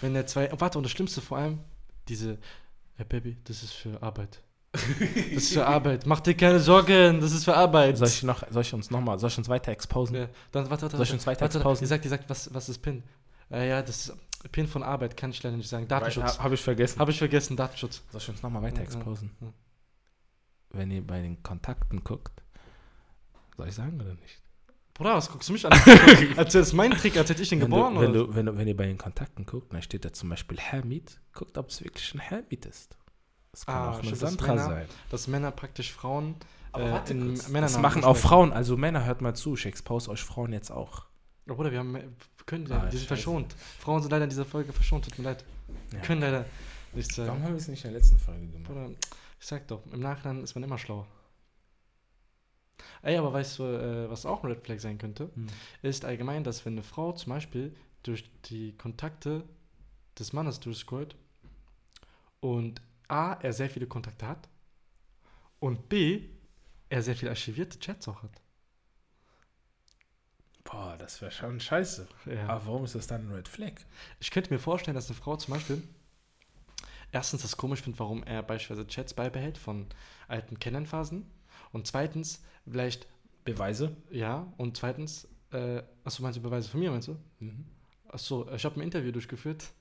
Speaker 1: Wenn der zwei. oh, Warte, und das Schlimmste vor allem, diese. Hey Baby, das ist für Arbeit. Das ist für Arbeit. Mach dir keine Sorgen, das ist für Arbeit.
Speaker 2: Soll ich, noch, soll ich uns nochmal, soll ich uns weiter exposen?
Speaker 1: ja, dann warte, warte.
Speaker 2: Soll ich uns
Speaker 1: warte,
Speaker 2: weiter
Speaker 1: warte, warte.
Speaker 2: exposen?
Speaker 1: Ihr sagt, ihr sagt, was, was ist PIN? Äh, ja, das ist PIN von Arbeit, kann ich leider nicht sagen. Datenschutz.
Speaker 2: Habe hab ich vergessen.
Speaker 1: Habe ich vergessen, Datenschutz.
Speaker 2: Soll ich uns nochmal weiter
Speaker 1: Ja, ja,
Speaker 2: exposen?
Speaker 1: ja.
Speaker 2: Wenn ihr bei den Kontakten guckt, soll ich sagen oder nicht?
Speaker 1: Bruder, was guckst du mich an? Als wäre das mein Trick, als hätte ich den
Speaker 2: Wenn,
Speaker 1: geboren
Speaker 2: du, wenn,
Speaker 1: oder
Speaker 2: du, wenn, du, wenn ihr bei den Kontakten guckt, dann steht da zum Beispiel Hamid, guckt, ob es wirklich ein Hamid ist. Es kann
Speaker 1: Ah,
Speaker 2: auch eine
Speaker 1: stimmt, das ist
Speaker 2: Sandra
Speaker 1: Männer.
Speaker 2: sein. Äh,
Speaker 1: so. Dass Männer praktisch Frauen.
Speaker 3: Aber warte kurz, das
Speaker 1: Männernamen
Speaker 2: Das machen auch Frauen, also Männer, hört mal zu, ich expose euch Frauen jetzt auch.
Speaker 1: Ja, Oh, Bruder, wir haben. Wir können,
Speaker 2: Ah,
Speaker 1: die sind
Speaker 2: scheiße.
Speaker 1: verschont. Frauen sind leider in dieser Folge verschont, tut mir leid. Wir
Speaker 2: Ja.
Speaker 1: können leider nichts sagen.
Speaker 2: Warum haben wir es nicht in der letzten Folge gemacht?
Speaker 1: Bruder, ich sag doch, im Nachhinein ist man immer schlauer. Ey, aber weißt du, äh, was auch ein Red Flag sein könnte?
Speaker 2: Hm.
Speaker 1: Ist allgemein, dass wenn eine Frau zum Beispiel durch die Kontakte des Mannes durchscrollt und A, er sehr viele Kontakte hat und B, er sehr viele archivierte Chats auch hat.
Speaker 2: Boah, das wäre schon scheiße.
Speaker 1: Ja.
Speaker 2: Aber warum ist das dann ein Red Flag?
Speaker 1: Ich könnte mir vorstellen, dass eine Frau zum Beispiel erstens das komisch findet, warum er beispielsweise Chats beibehält von alten Kennenphasen und zweitens vielleicht
Speaker 2: Beweise?
Speaker 1: Ja, und zweitens, äh, achso, meinst du Beweise von mir, meinst du?
Speaker 2: Mhm.
Speaker 1: Achso, ich habe ein Interview durchgeführt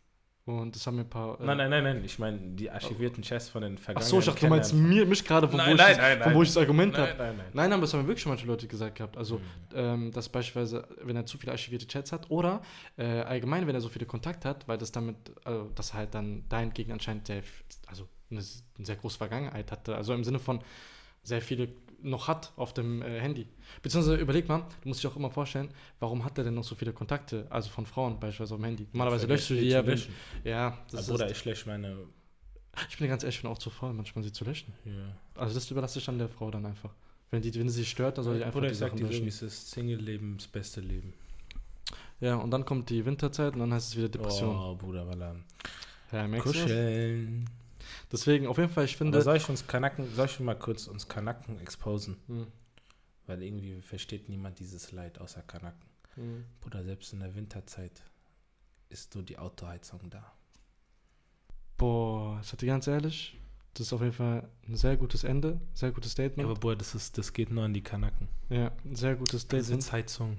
Speaker 1: Und das haben mir ein paar. äh,
Speaker 2: Nein, nein, nein, nein. Ich meine, die archivierten Chats von den
Speaker 1: Ach
Speaker 2: vergangenen
Speaker 1: so, ich dachte, du meinst mir, mich gerade, von,
Speaker 2: Nein,
Speaker 1: wo ich
Speaker 2: nein,
Speaker 1: das-
Speaker 2: nein,
Speaker 1: von
Speaker 2: nein.
Speaker 1: wo ich das Argument habe.
Speaker 2: Nein, nein, nein.
Speaker 1: Nein, aber das haben wirklich schon manche Leute gesagt gehabt. Also,
Speaker 2: Mhm.
Speaker 1: ähm, dass beispielsweise, wenn er zu viele archivierte Chats hat oder äh, allgemein, wenn er so viele Kontakte hat, weil das damit, also, das halt dann dahingegen anscheinend sehr, f- also eine, s- eine sehr große Vergangenheit hatte. Also im Sinne von sehr viele noch hat auf dem äh, Handy. Beziehungsweise überleg mal, du musst dich auch immer vorstellen, warum hat er denn noch so viele Kontakte, also von Frauen beispielsweise auf dem Handy? Normalerweise löschst du die ja. wenn-
Speaker 2: löschen.
Speaker 1: Ja, das
Speaker 2: Bruder,
Speaker 1: ist,
Speaker 2: ich lösche meine.
Speaker 1: ich bin dir ganz ehrlich, ich bin auch zu faul, manchmal sie zu löschen.
Speaker 2: Ja.
Speaker 1: Also das überlasse ich dann der Frau dann einfach. Wenn, die, wenn sie sich stört, dann soll die Also, einfach
Speaker 2: Bruder,
Speaker 1: die
Speaker 2: ich sag
Speaker 1: Sachen
Speaker 2: dir so, wie
Speaker 1: löschen.
Speaker 2: es ist. Single-Leben, das beste Leben.
Speaker 1: Ja, und dann kommt die Winterzeit und dann heißt es wieder Depression.
Speaker 2: Oh, Bruder, Wallan.
Speaker 1: Ja, merkst du? das?
Speaker 2: Kuscheln.
Speaker 1: Deswegen, auf jeden Fall, ich
Speaker 2: Aber
Speaker 1: finde...
Speaker 2: soll ich uns Kanaken, soll ich mal kurz uns Kanaken exposen?
Speaker 1: Hm,
Speaker 2: Weil irgendwie versteht niemand dieses Leid außer Kanaken.
Speaker 1: hm.
Speaker 2: Bruder, selbst in der Winterzeit ist nur die Autoheizung da.
Speaker 1: Boah, ich sag dir ganz ehrlich, das ist auf jeden Fall ein sehr gutes Ende, sehr gutes Statement.
Speaker 2: Bruder, das, ist, das geht nur an die Kanaken. Mhm.
Speaker 1: ja, ein sehr gutes
Speaker 2: Also
Speaker 1: Statement.
Speaker 2: Sitzheizung,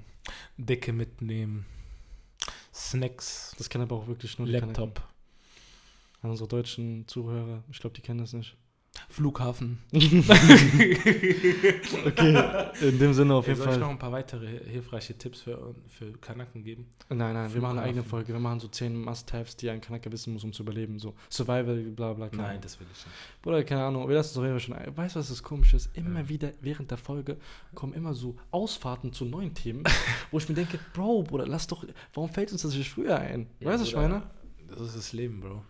Speaker 2: Decke mitnehmen, Snacks,
Speaker 1: Das kennen aber auch wirklich nur die
Speaker 2: Laptop,
Speaker 1: Kanadier. An unsere deutschen Zuhörer, ich glaube, die kennen das nicht.
Speaker 2: Flughafen.
Speaker 1: Okay, in dem Sinne auf
Speaker 2: Ey,
Speaker 1: jeden
Speaker 2: soll ich
Speaker 1: Fall.
Speaker 2: noch ein paar weitere hi- hilfreiche Tipps für, für Kanaken geben?
Speaker 1: Nein, nein, wir machen eine eigene
Speaker 2: Flughafen.
Speaker 1: Folge. Wir machen so 10 Must-Haves, die ein Kanadier wissen muss, um zu überleben. So Survival, bla bla. keine Ahnung.
Speaker 2: das will ich nicht.
Speaker 1: Bruder, keine Ahnung, wir lassen es auf jeden Fall schon ein. Weißt du, was das Komische ist? Immer
Speaker 2: Ja.
Speaker 1: wieder während der Folge kommen immer so Ausfahrten zu neuen Themen, wo ich mir denke, Bro, Bruder, lass doch, warum fällt uns das nicht früher ein? weißt du, Schweine?
Speaker 2: Das ist das Leben, Bro.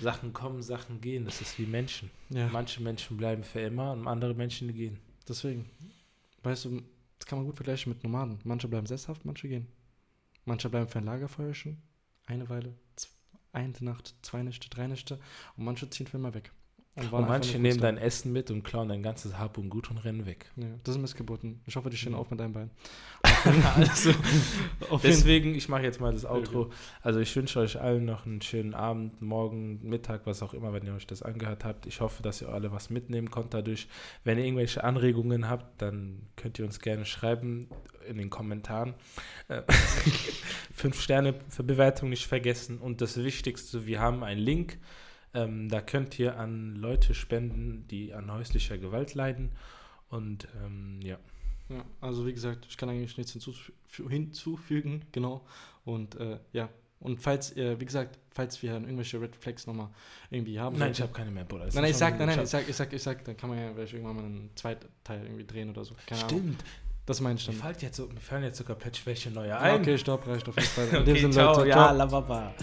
Speaker 2: Sachen kommen, Sachen gehen. Das ist wie Menschen.
Speaker 1: Ja,
Speaker 2: Manche Menschen bleiben für immer und andere Menschen gehen.
Speaker 1: deswegen. Weißt du, das kann man gut vergleichen mit Nomaden. Manche bleiben sesshaft, manche gehen. Manche bleiben für ein Lagerfeuerchen, eine Weile, z- eine Nacht, zwei Nächte, drei Nächte und manche ziehen für immer weg. waren
Speaker 2: Und
Speaker 1: einfach
Speaker 2: manche
Speaker 1: nur
Speaker 2: nehmen
Speaker 1: konstant.
Speaker 2: dein Essen mit und klauen dein ganzes Hab und Gut und rennen weg.
Speaker 1: Ja, das sind Missgeburten. Ich hoffe, die stehen
Speaker 2: Mhm.
Speaker 1: auf mit deinem Bein.
Speaker 2: also,
Speaker 1: Auf jeden
Speaker 2: deswegen, ich mache jetzt mal das Outro. Also ich wünsche euch allen noch einen schönen Abend, Morgen, Mittag, was auch immer, wenn ihr euch das angehört habt. Ich hoffe, dass ihr alle was mitnehmen konnt dadurch. Wenn ihr irgendwelche Anregungen habt, dann könnt ihr uns gerne schreiben in den Kommentaren. Äh, Fünf Sterne für Bewertung nicht vergessen. Und das Wichtigste, wir haben einen Link. Ähm, da könnt ihr an Leute spenden, die an häuslicher Gewalt leiden. Und ähm, ja.
Speaker 1: Ja, also wie gesagt, ich kann eigentlich nichts hinzufü hinzufügen, genau. Und äh, ja, und falls, äh, wie gesagt, falls wir dann irgendwelche Red Flags nochmal irgendwie haben.
Speaker 2: Nein, ich
Speaker 1: sollten-
Speaker 2: habe keine mehr, Bruder. Das
Speaker 1: Nein, nein,
Speaker 2: ist
Speaker 1: ich
Speaker 2: schon-
Speaker 1: sag, nein, nein,
Speaker 2: hab-
Speaker 1: ich sag, ich sag, ich sag, dann kann man ja vielleicht irgendwann mal einen zweiten Teil irgendwie drehen oder so. Keine Ahnung.
Speaker 2: Stimmt.
Speaker 1: Das meine ich
Speaker 2: Mir,
Speaker 1: dann.
Speaker 2: fällt jetzt, so- mir fallen jetzt sogar plötzlich welche neue
Speaker 1: Ja,
Speaker 2: ein.
Speaker 1: okay, stopp, reicht auf jeden Fall. In
Speaker 2: Okay,
Speaker 1: dem Sinne,
Speaker 2: ciao,
Speaker 1: Leute,
Speaker 2: ja, la, ba, ba.